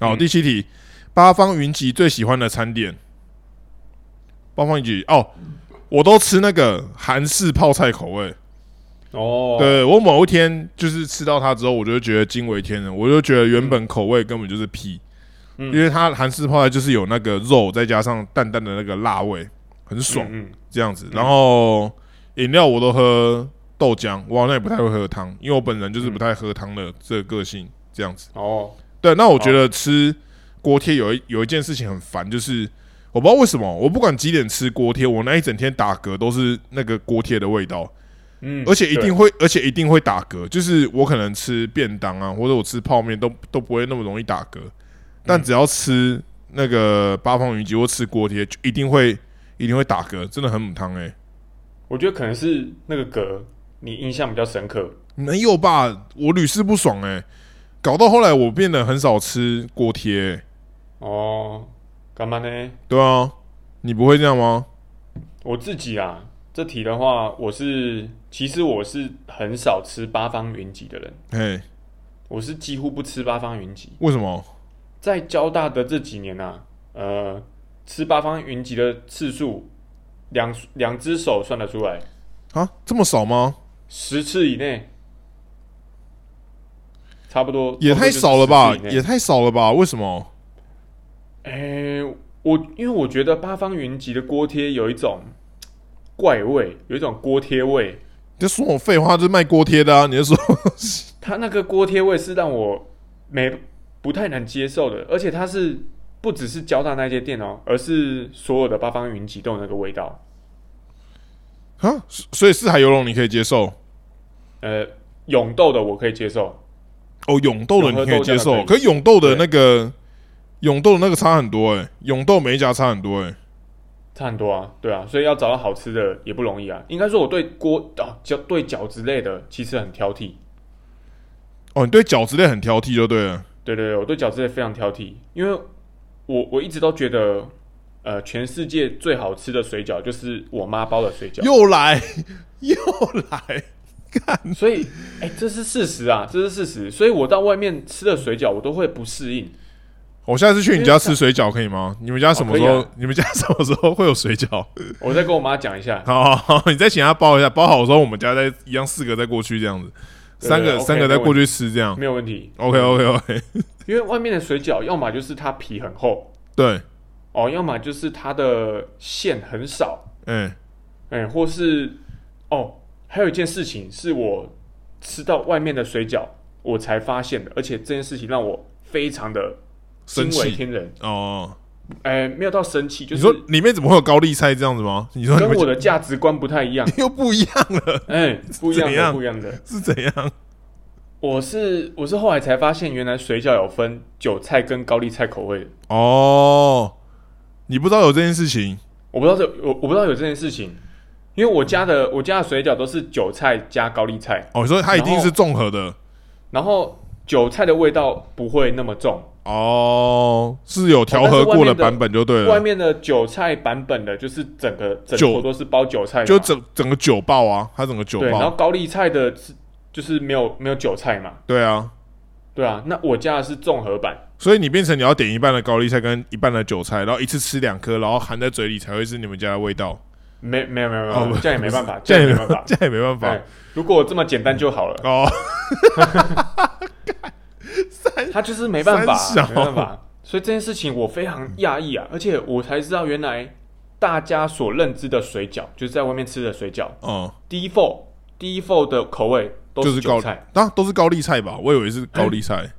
[SPEAKER 1] 好，
[SPEAKER 2] 嗯
[SPEAKER 1] 第七题，八方云集最喜欢的餐点，八方云集哦，我都吃那个韩式泡菜口味。
[SPEAKER 2] 哦，
[SPEAKER 1] 对我某一天就是吃到它之后，我就觉得惊为天人，我就觉得原本口味根本就是屁，
[SPEAKER 2] 嗯
[SPEAKER 1] 因为它韩式泡菜就是有那个肉，再加上淡淡的那个辣味，很爽、
[SPEAKER 2] 嗯，嗯
[SPEAKER 1] 这样子。然后饮料我都喝豆浆，我好像也不太会喝汤，因为我本人
[SPEAKER 2] 嗯
[SPEAKER 1] 就是不太喝汤的这个个性这样子。
[SPEAKER 2] 哦，
[SPEAKER 1] 对，那我觉得吃锅贴有一有一件事情很烦，就是我不知道为什么，我不管几点吃锅贴，我那一整天打嗝都是那个锅贴的味道。
[SPEAKER 2] 嗯，
[SPEAKER 1] 而且一
[SPEAKER 2] 对
[SPEAKER 1] 定会，而且一定会打嗝。就是我可能吃便当啊，或者我吃泡面都都不会那么容易打嗝，
[SPEAKER 2] 嗯
[SPEAKER 1] 但只要吃那个八方云集或吃锅贴，就一定会一定会打嗝，真的很母汤哎、
[SPEAKER 2] 我觉得可能是那个格，你印象比较深刻。
[SPEAKER 1] 没有吧？我屡试不爽哎、搞到后来我变得很少吃锅贴、欸，
[SPEAKER 2] 哦，干嘛呢？
[SPEAKER 1] 对啊，你不会这样吗？
[SPEAKER 2] 我自己啊，这题的话，我是其实我是很少吃八方云集的人，
[SPEAKER 1] 嘿，
[SPEAKER 2] 我是几乎不吃八方云集。
[SPEAKER 1] 为什么？
[SPEAKER 2] 在交大的这几年啊，呃，吃八方云集的次数，两两只手算得出来，
[SPEAKER 1] 啊，这么少吗？
[SPEAKER 2] 十次以内，差不多。
[SPEAKER 1] 也太少了吧
[SPEAKER 2] 差不，哦多就是
[SPEAKER 1] 也
[SPEAKER 2] 10次以内
[SPEAKER 1] 太少了吧？为什么？
[SPEAKER 2] 诶、我因为我觉得八方云集的锅贴有一种怪味，有一种锅贴味。
[SPEAKER 1] 你在说我废话，就是卖锅贴的啊！你在说
[SPEAKER 2] 它那个锅贴味是让我没不太能接受的，而且它是不只是交大那间店哦，而是所有的八方云集都有那个味道。
[SPEAKER 1] 啊，所所以四海游龙你可以接受，
[SPEAKER 2] 呃，永豆的我可以接受，
[SPEAKER 1] 哦，永豆的你可以接受，
[SPEAKER 2] 永和豆浆的
[SPEAKER 1] 可
[SPEAKER 2] 可
[SPEAKER 1] 是永豆的那个永豆的那个差很多哎、永豆每一家差很多哎、
[SPEAKER 2] 差很多啊，对啊，所以要找到好吃的也不容易啊。应该说我对锅啊饺对饺之类的其实很挑剔，
[SPEAKER 1] 哦，你对饺子类很挑剔就对了，
[SPEAKER 2] 对对对，我对饺子类非常挑剔，因为我我一直都觉得，呃，全世界最好吃的水饺就是我妈包的水饺，
[SPEAKER 1] 又 来又来，
[SPEAKER 2] 所以哎、这是事实啊，这是事实。所以我到外面吃的水饺我都会不适应，
[SPEAKER 1] 哦我下次去你家吃水饺可以吗？你们家什么时候？
[SPEAKER 2] 哦可以啊
[SPEAKER 1] 你们家什么时候会有水饺？
[SPEAKER 2] 我再跟我妈讲一下，
[SPEAKER 1] 好好好，你再请他包一下，包好的时候我们家再一样四个再过去这样子，
[SPEAKER 2] 对
[SPEAKER 1] 三个
[SPEAKER 2] OK，
[SPEAKER 1] 三个再过去吃这样。
[SPEAKER 2] 没有问题。
[SPEAKER 1] OK OK OK，
[SPEAKER 2] 因为外面的水饺要么就是它皮很厚
[SPEAKER 1] 对，
[SPEAKER 2] 哦，要么就是它的馅很少，
[SPEAKER 1] 哎、
[SPEAKER 2] 哎、或是哦，还有一件事情是我吃到外面的水饺，我才发现的，而且这件事情让我非常的惊
[SPEAKER 1] 生
[SPEAKER 2] 为
[SPEAKER 1] 气
[SPEAKER 2] 天人。
[SPEAKER 1] 哦。
[SPEAKER 2] 哎、没有到生气，就
[SPEAKER 1] 你
[SPEAKER 2] 是
[SPEAKER 1] 说里面怎么会有高丽菜这样子吗？你 说你
[SPEAKER 2] 跟
[SPEAKER 1] 们
[SPEAKER 2] 我的价值观不
[SPEAKER 1] 。
[SPEAKER 2] 太一样
[SPEAKER 1] 又不一样了，
[SPEAKER 2] 哎、不一样
[SPEAKER 1] 怎样
[SPEAKER 2] 的，不一样的。
[SPEAKER 1] 是怎样？
[SPEAKER 2] 我是我是后来才发现，原来水饺有分韭菜跟高丽菜口味的。
[SPEAKER 1] 哦，你不知道有这件事情
[SPEAKER 2] 我不知道这我我不知道有这件事情，因为我家的我家的水饺都是韭菜加高丽菜，
[SPEAKER 1] 哦，所以它一定
[SPEAKER 2] 然后
[SPEAKER 1] 是综合的
[SPEAKER 2] 然后韭菜的味道不会那么重。
[SPEAKER 1] 哦，是有调和过的版本就对
[SPEAKER 2] 哦外
[SPEAKER 1] 了，
[SPEAKER 2] 面的韭菜版本的，就是整个整
[SPEAKER 1] 嗯韭
[SPEAKER 2] 坨都是包韭菜嘛，
[SPEAKER 1] 就整整个酒爆啊，它整个酒
[SPEAKER 2] 对，然后
[SPEAKER 1] 爆，
[SPEAKER 2] 高丽菜的是就是没有没有韭菜嘛，
[SPEAKER 1] 对啊，
[SPEAKER 2] 对啊，那我加的是综合版，
[SPEAKER 1] 所以你变成你要点一半的高丽菜跟一半的韭菜，然后一次吃两颗，然后含在嘴里才会是你们家的味道。
[SPEAKER 2] 没没有没有没
[SPEAKER 1] 哦
[SPEAKER 2] 有，
[SPEAKER 1] 不
[SPEAKER 2] 这样也没办 法，
[SPEAKER 1] 这
[SPEAKER 2] 这
[SPEAKER 1] 样也
[SPEAKER 2] 样也没办法。
[SPEAKER 1] 这样也没办法
[SPEAKER 2] 哎，如果这么简单就好了，
[SPEAKER 1] 哦。
[SPEAKER 2] 他就是没办法，
[SPEAKER 1] 哎三小
[SPEAKER 2] 没办法。所以这件事情我非常讶异啊，而且我才知道原来大家所认知的水饺，就是在外面吃的水饺
[SPEAKER 1] 哦，
[SPEAKER 2] ，default default 的口味都
[SPEAKER 1] 就是高
[SPEAKER 2] 韭菜。，
[SPEAKER 1] 啊，都是高丽菜吧？我以为是高丽菜。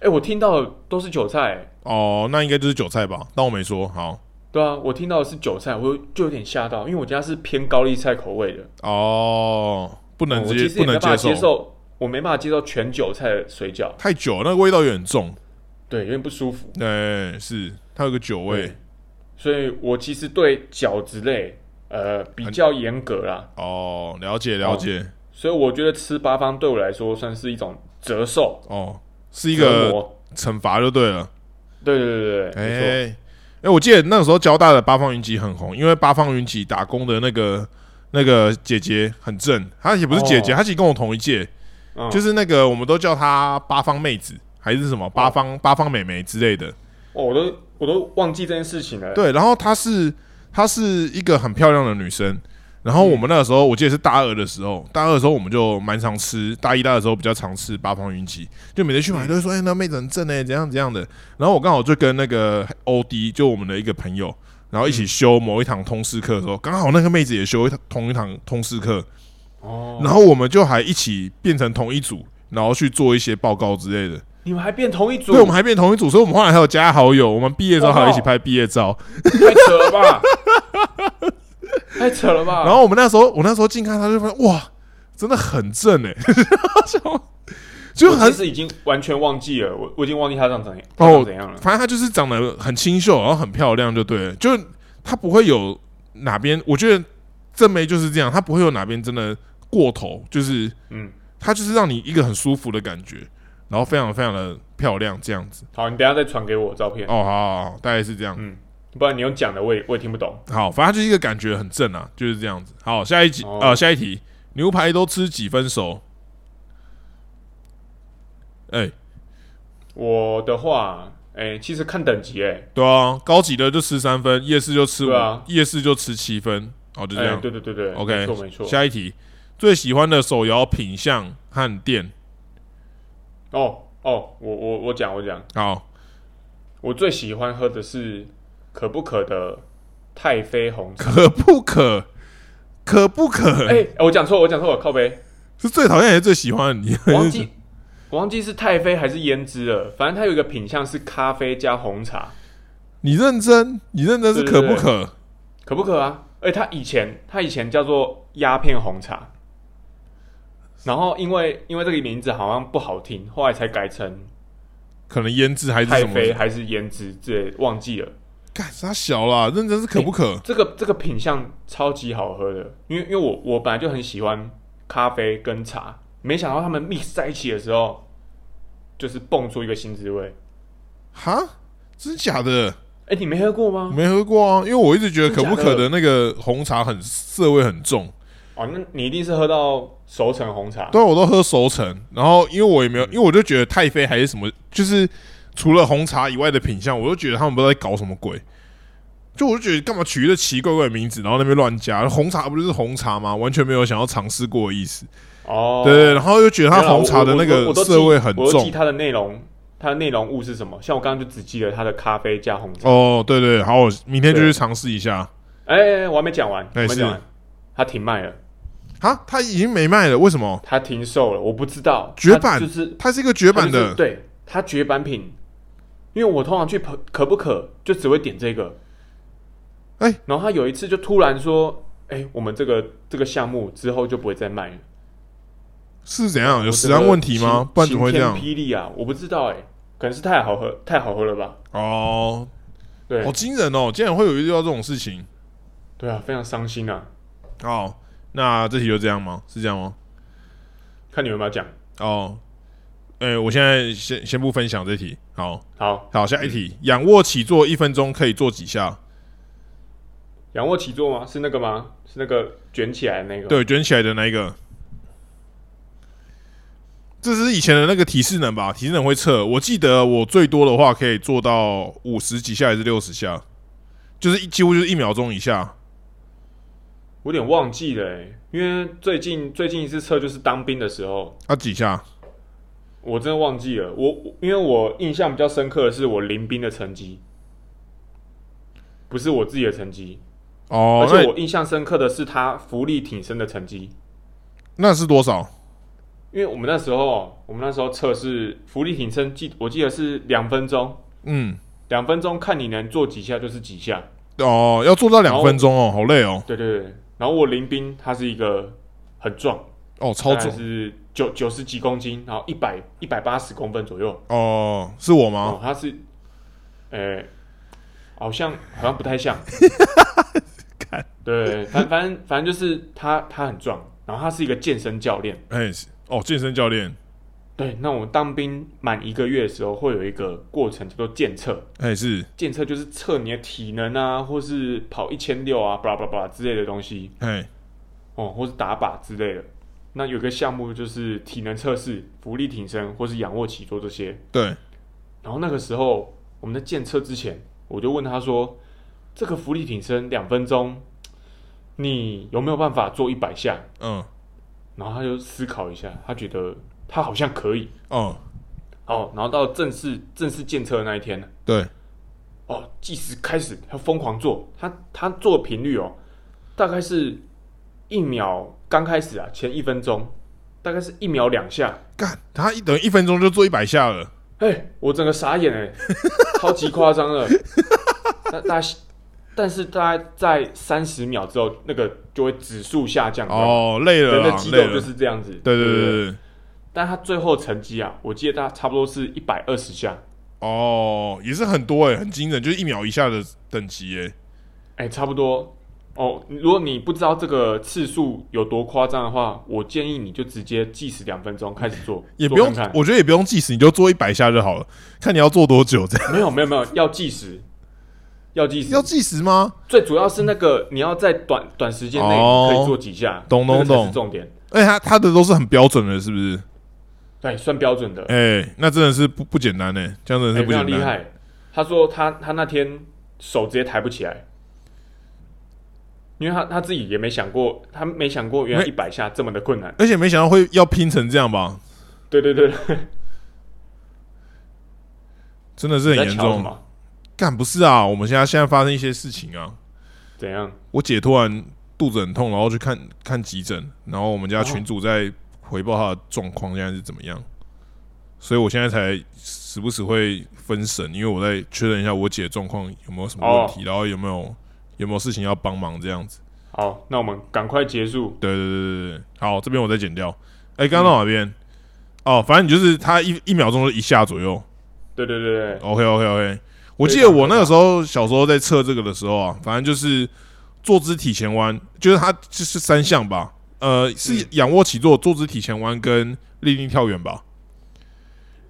[SPEAKER 2] 哎，我听到的都是韭菜、
[SPEAKER 1] 哦，那应该就是韭菜吧？当我没说。好，
[SPEAKER 2] 对啊，我听到的是韭菜，我就有点吓到，因为我家是偏高丽菜口味的，
[SPEAKER 1] 哦，不能
[SPEAKER 2] 我
[SPEAKER 1] 接
[SPEAKER 2] 其，实
[SPEAKER 1] 不
[SPEAKER 2] 也没
[SPEAKER 1] 能
[SPEAKER 2] 办法
[SPEAKER 1] 接
[SPEAKER 2] 接
[SPEAKER 1] 受，
[SPEAKER 2] 受，我没办法接受全韭菜的水饺，
[SPEAKER 1] 太久，那个味道有点重。
[SPEAKER 2] 对，有点不舒服。
[SPEAKER 1] 对，是它有个酒味
[SPEAKER 2] 对。所以我其实对饺子类，呃，比较严格啦，
[SPEAKER 1] 哦，了解了解。
[SPEAKER 2] 所以我觉得吃八方对我来说算是一种折寿，
[SPEAKER 1] 哦，是一
[SPEAKER 2] 一
[SPEAKER 1] 个惩罚就对了。
[SPEAKER 2] 对对对对
[SPEAKER 1] 哎、
[SPEAKER 2] 对，没
[SPEAKER 1] 哎、我记得那个时候交大的八方云集很红，因为八方云集打工的那个那个姐姐很正，她也不是姐姐，
[SPEAKER 2] 哦嗯
[SPEAKER 1] 她其实跟我同一届，
[SPEAKER 2] 错，
[SPEAKER 1] 就是是那个我们都叫她八方妹子还是什么八方、八方美眉之类的。
[SPEAKER 2] 哦，我都我都忘记这件事情了。
[SPEAKER 1] 对，然后她是她是一个很漂亮的女生。然后我们那个时候，我记得是大二的时候，大二的时候我们就蛮常吃，大一、大二的时候比较常吃八方云集，就每次去买都会说，
[SPEAKER 2] 嗯
[SPEAKER 1] 哎、那妹子很正哎、怎样怎样的。然后我刚好就跟那个 OD，就我们的一个朋友，然后一
[SPEAKER 2] 嗯
[SPEAKER 1] 起修某一堂通识课的时候，刚好那个妹子也修一堂同一堂通识课，
[SPEAKER 2] 哦，
[SPEAKER 1] 然后我们就还一起变成同一组，然后去做一些报告之类的。
[SPEAKER 2] 你们还变同一组，
[SPEAKER 1] 对，我们还变同一组，所以我们后来还有加好友，我们毕业之后还一起
[SPEAKER 2] 哇哦
[SPEAKER 1] 拍毕业照。
[SPEAKER 2] 太扯 了吧，太扯了吧。
[SPEAKER 1] 然后我们那时候，我那时候近看，他就发现哇，真的很正哎、欸， 就
[SPEAKER 2] 我
[SPEAKER 1] 很
[SPEAKER 2] 其实已经完全忘记了，我我已经忘记他长怎样，
[SPEAKER 1] 哦
[SPEAKER 2] 他长怎样了。
[SPEAKER 1] 反正她就是长得很清秀，然后很漂亮，就对了。就她不会有哪边，我觉得正妹就是这样，她不会有哪边真的过头，就是
[SPEAKER 2] 嗯，
[SPEAKER 1] 她就是让你一个很舒服的感觉，然后非常非常的漂亮这样子。
[SPEAKER 2] 好，你等一下再传给我照片，
[SPEAKER 1] 哦，好好好，大概是这样。
[SPEAKER 2] 嗯，不然你用讲的我也我也听不懂。
[SPEAKER 1] 好，反正她就是一个感觉很正啊，就是这样子。好，下一集
[SPEAKER 2] 哦
[SPEAKER 1] 呃，下一题，牛排都吃几分熟？哎、
[SPEAKER 2] 我的话，哎、其实看等级、哎，
[SPEAKER 1] 对啊，高级的就吃三分，夜市就吃五、
[SPEAKER 2] 对啊
[SPEAKER 1] 夜市就吃七分，好就这
[SPEAKER 2] 哎
[SPEAKER 1] 样。
[SPEAKER 2] 对对对对
[SPEAKER 1] OK，
[SPEAKER 2] 没错没错。
[SPEAKER 1] 下一题，最喜欢的手摇品相和店。
[SPEAKER 2] 哦哦，我我我讲我讲，
[SPEAKER 1] 好，
[SPEAKER 2] 我最喜欢喝的是可不可的太妃红茶。
[SPEAKER 1] 可不可？可不可？
[SPEAKER 2] 哎、我讲错，我讲错了，靠背，
[SPEAKER 1] 是最讨厌还是最喜欢的？你
[SPEAKER 2] 我忘记，我忘记是太妃还是胭脂了。反正它有一个品相是咖啡加红茶，
[SPEAKER 1] 你认真，你认真是可不可？
[SPEAKER 2] 可不可啊？哎、它以前它以前叫做鸦片红茶，然后因为因为这个名字好像不好听，后来才改成
[SPEAKER 1] 可能腌制还是
[SPEAKER 2] 太
[SPEAKER 1] 什么？
[SPEAKER 2] 妃还是胭脂之类，忘记了。
[SPEAKER 1] 干啥小啦？认真是可不可？
[SPEAKER 2] 这个这个品相超级好喝的，因为因为我我本来就很喜欢咖啡跟茶，没想到他们 mix 在一起的时候，就是蹦出一个新滋味。
[SPEAKER 1] 哈？真假的？
[SPEAKER 2] 哎，你没喝过吗？
[SPEAKER 1] 没喝过啊，因为我一直觉得可不可
[SPEAKER 2] 真假
[SPEAKER 1] 的那个红茶很涩味很重。
[SPEAKER 2] 哦，那你一定是喝到熟成红茶。
[SPEAKER 1] 对啊，我都喝熟成，然后因为我也
[SPEAKER 2] 嗯
[SPEAKER 1] 没有，因为我就觉得太妃还是什么，就是除了红茶以外的品相，我就觉得他们不知道在搞什么鬼。就我就觉得干嘛取一个奇怪怪的名字，然后那边乱加红茶不就是红茶吗？完全没有想要尝试过的意思。
[SPEAKER 2] 哦，
[SPEAKER 1] 对对，然后又觉得它
[SPEAKER 2] 没有啦啊
[SPEAKER 1] 红茶的
[SPEAKER 2] 我
[SPEAKER 1] 那
[SPEAKER 2] 我我
[SPEAKER 1] 个
[SPEAKER 2] 我都记
[SPEAKER 1] 涩味很
[SPEAKER 2] 我都记
[SPEAKER 1] 重。
[SPEAKER 2] 它的内容，它的内容物是什么？像我刚刚就只记得它的咖啡加红茶。
[SPEAKER 1] 哦，对对，好，我明天就去尝试一下。
[SPEAKER 2] 哎、哎我还没讲完，我
[SPEAKER 1] 哎
[SPEAKER 2] 还没讲
[SPEAKER 1] 是
[SPEAKER 2] 完。它停卖了，
[SPEAKER 1] 啊，它已经没卖了，为什么？
[SPEAKER 2] 它停售了，我不知道。
[SPEAKER 1] 绝
[SPEAKER 2] 它
[SPEAKER 1] 版
[SPEAKER 2] 就是
[SPEAKER 1] 它是一个绝版
[SPEAKER 2] 它就
[SPEAKER 1] 的
[SPEAKER 2] 是，对，它绝版品。因为我通常去可可不可就只会点这个，
[SPEAKER 1] 哎
[SPEAKER 2] 然后他有一次就突然说，哎、我们这个这个项目之后就不会再卖了，
[SPEAKER 1] 是怎样？有
[SPEAKER 2] 我
[SPEAKER 1] 食
[SPEAKER 2] 觉得
[SPEAKER 1] 安问题吗
[SPEAKER 2] 晴？
[SPEAKER 1] 不然怎么会这样
[SPEAKER 2] 晴？天霹雳啊！我不知道哎、可能是太好喝，太好喝了吧？
[SPEAKER 1] 哦，
[SPEAKER 2] 对、
[SPEAKER 1] 好惊人哦！竟然会有遇到这种事情。
[SPEAKER 2] 对啊，非常伤心啊！
[SPEAKER 1] 哦，那这题就这样吗？是这样吗？
[SPEAKER 2] 看你有没有讲
[SPEAKER 1] 哦，哎、我现在先先不分享这题。好，
[SPEAKER 2] 好，
[SPEAKER 1] 好，下一
[SPEAKER 2] 嗯
[SPEAKER 1] 题，仰卧起坐一分钟可以做几下？
[SPEAKER 2] 仰卧起坐吗？是那个吗？是那个卷起来的那个？，
[SPEAKER 1] 对，卷起来的那一个，这是以前的那个体适能吧？体适能会测，我记得我最多的话可以做到五十几下还是六十下，就是一几乎就是一秒钟以下。
[SPEAKER 2] 我有点忘记了、欸，因为最近最近一次测就是当兵的时候，
[SPEAKER 1] 啊，几下？
[SPEAKER 2] 我真的忘记了。我我因为我印象比较深刻的是我临兵的成绩，不是我自己的成绩，
[SPEAKER 1] 哦
[SPEAKER 2] 而，且
[SPEAKER 1] 那
[SPEAKER 2] 我印象深刻的是他浮力挺身的成绩。
[SPEAKER 1] 那是多少？
[SPEAKER 2] 因为我们那时候，哦我们那时候测试浮力挺身，记我记得是两分钟，
[SPEAKER 1] 嗯，
[SPEAKER 2] 两分钟看你能做几下就是几下。
[SPEAKER 1] 哦，要做到两
[SPEAKER 2] 后
[SPEAKER 1] 分钟哦，好累哦，
[SPEAKER 2] 对对对。然后我林斌他是一个很壮，
[SPEAKER 1] 哦，超
[SPEAKER 2] 大概
[SPEAKER 1] 重
[SPEAKER 2] 是九九十几公斤，然后一百一百八十公分左右。
[SPEAKER 1] 哦，是我吗？
[SPEAKER 2] 哦，他是，呃，好像好像不太像。对，反反正反正就是他他很壮，然后他是一个健身教练。
[SPEAKER 1] 哎，是哦，健身教练，
[SPEAKER 2] 对，那我们当兵满一个月的时候，会有一个过程叫做健测。
[SPEAKER 1] 哎是，
[SPEAKER 2] 检测就是测你的体能啊，或是跑一千六啊，巴拉巴拉巴拉之类的东西
[SPEAKER 1] 哎，
[SPEAKER 2] 哦，或是打靶之类的。那有一个项目就是体能测试、浮力挺身或是仰卧起坐这些。
[SPEAKER 1] 对，
[SPEAKER 2] 然后那个时候我们在检测之前，我就问他说：“这个浮力挺身两分钟，你有没有办法做一百下
[SPEAKER 1] 嗯，？”
[SPEAKER 2] 然后他就思考一下，他觉得他好像可以
[SPEAKER 1] 哦，
[SPEAKER 2] 哦。然后到正式正式检测的那一天，
[SPEAKER 1] 对，
[SPEAKER 2] 哦，计时开始，他疯狂做，他他做的频率哦，大概是一秒刚开始啊，前一分钟大概是一秒两下，
[SPEAKER 1] 干，他一等于一分钟就做一百下了，
[SPEAKER 2] 哎，我整个傻眼 哎，超级夸张了。那大概，但是大概在三十秒之后，那个就会指数下降。
[SPEAKER 1] 哦，累
[SPEAKER 2] 你知道
[SPEAKER 1] 了
[SPEAKER 2] 吗，啊人的
[SPEAKER 1] 啦，
[SPEAKER 2] 肌
[SPEAKER 1] 累
[SPEAKER 2] 肉就
[SPEAKER 1] 了，
[SPEAKER 2] 是这样子。
[SPEAKER 1] 对对
[SPEAKER 2] 不
[SPEAKER 1] 对对对，
[SPEAKER 2] 但他最后成绩啊，我记得大概差不多是一百二十下，
[SPEAKER 1] 哦，也是很多哎，很惊人，就是一秒以下的等级哎，
[SPEAKER 2] 哎、差不多哦。如果你不知道这个次数有多夸张的话，我建议你就直接计时两分钟开始做，
[SPEAKER 1] 也
[SPEAKER 2] 做
[SPEAKER 1] 不用
[SPEAKER 2] 看，看
[SPEAKER 1] 我觉得也不用计时，你就做一百下就好了，看你要做多久这样，
[SPEAKER 2] 没有没有没有，要计时， 要计时
[SPEAKER 1] 要。计时吗？
[SPEAKER 2] 最主要是那个你要在短短时间内
[SPEAKER 1] 哦
[SPEAKER 2] 可以做几下，
[SPEAKER 1] 懂懂
[SPEAKER 2] 那个才是
[SPEAKER 1] 懂
[SPEAKER 2] 重点。
[SPEAKER 1] 哎，他他的都是很标准的，是不是？
[SPEAKER 2] 对，算标准的，哎
[SPEAKER 1] 哎，那真的是不不简单呢，这样真的是不
[SPEAKER 2] 非常
[SPEAKER 1] 简
[SPEAKER 2] 哎
[SPEAKER 1] 单。
[SPEAKER 2] 厉害。他说他他那天手直接抬不起来，因为他他自己也没想过，他没想过原来
[SPEAKER 1] 没
[SPEAKER 2] 一百下这么的困难。
[SPEAKER 1] 而且没想到会要拼成这样吧，
[SPEAKER 2] 对对对，
[SPEAKER 1] 真的是很
[SPEAKER 2] 在
[SPEAKER 1] 严
[SPEAKER 2] 瞧什
[SPEAKER 1] 重。
[SPEAKER 2] 么？
[SPEAKER 1] 干不是啊，我们现在现在发生一些事情啊，
[SPEAKER 2] 怎样？
[SPEAKER 1] 我姐突然肚子很痛，然后去看看急诊，然后我们家群主在回报她的状况现在是怎么样，所以我现在才时不时会分神，因为我在确认一下我姐状况有没有什么问题，然后有没有有没有事情要帮忙这样子。
[SPEAKER 2] 好，那我们赶快结束。
[SPEAKER 1] 对对对对对，好，这边我再剪掉。哎、刚刚到哪边？哦，反正你就是她一一秒钟就一下左右，
[SPEAKER 2] 对对对对，
[SPEAKER 1] OK OK OK，我记得我那个时候小时候在测这个的时候啊，反正就是坐姿体前弯，就是它就是三项吧，呃，是仰卧起坐、坐姿体前弯跟立定跳远吧。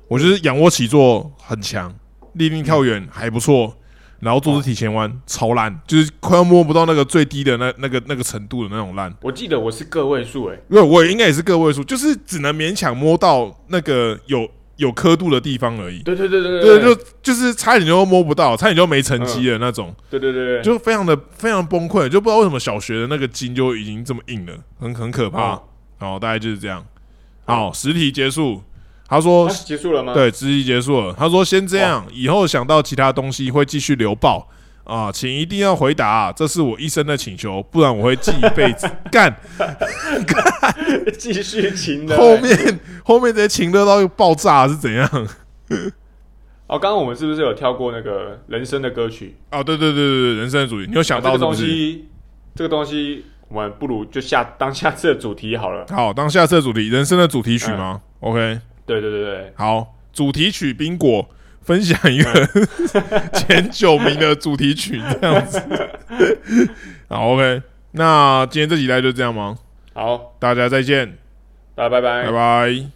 [SPEAKER 1] 我就是仰卧起坐很强，立定跳远还不错，然后坐姿体前弯超烂，就是快要摸不到那个最低的那那个那个程度的那种烂。
[SPEAKER 2] 我记得我是个位数哎、
[SPEAKER 1] 因为我也应该也是个位数，就是只能勉强摸到那个有有刻度的地方而已。
[SPEAKER 2] 对对对对
[SPEAKER 1] 对，
[SPEAKER 2] 对嗯
[SPEAKER 1] 就就是差点就摸不到，差点就没成绩了那种，
[SPEAKER 2] 对对对对，
[SPEAKER 1] 就非常的非常崩溃，就不知道为什么小学的那个筋就已经这么硬了，很很可怕。
[SPEAKER 2] 嗯
[SPEAKER 1] 好，大概就是这样。好，实体结束。他说
[SPEAKER 2] 啊、，结束了吗？，
[SPEAKER 1] 对，实体结束了。他说先这样，以后想到其他东西会继续留报啊，请一定要回答、这是我一生的请求，不然我会记一辈子。 干，
[SPEAKER 2] 继续请的、
[SPEAKER 1] 后面后面直接情乐到一个爆炸是怎样？
[SPEAKER 2] 哦，刚刚我们是不是有跳过那个人生的歌曲？
[SPEAKER 1] 啊，对对对对对，人生的主题，你有想
[SPEAKER 2] 啊这
[SPEAKER 1] 到是
[SPEAKER 2] 个
[SPEAKER 1] 不
[SPEAKER 2] 东
[SPEAKER 1] 是？
[SPEAKER 2] 西，这个东西，我们不如就下当下次的主题好了。
[SPEAKER 1] 好，当下次的主题，人生的主题曲吗、o k
[SPEAKER 2] 对对对对，
[SPEAKER 1] 好，主题曲冰果分享一 个前九名的主题曲，这样子。好，OK，那今天这集大概就这样吗？
[SPEAKER 2] 好，
[SPEAKER 1] 大家再见，
[SPEAKER 2] 大家拜拜
[SPEAKER 1] 拜拜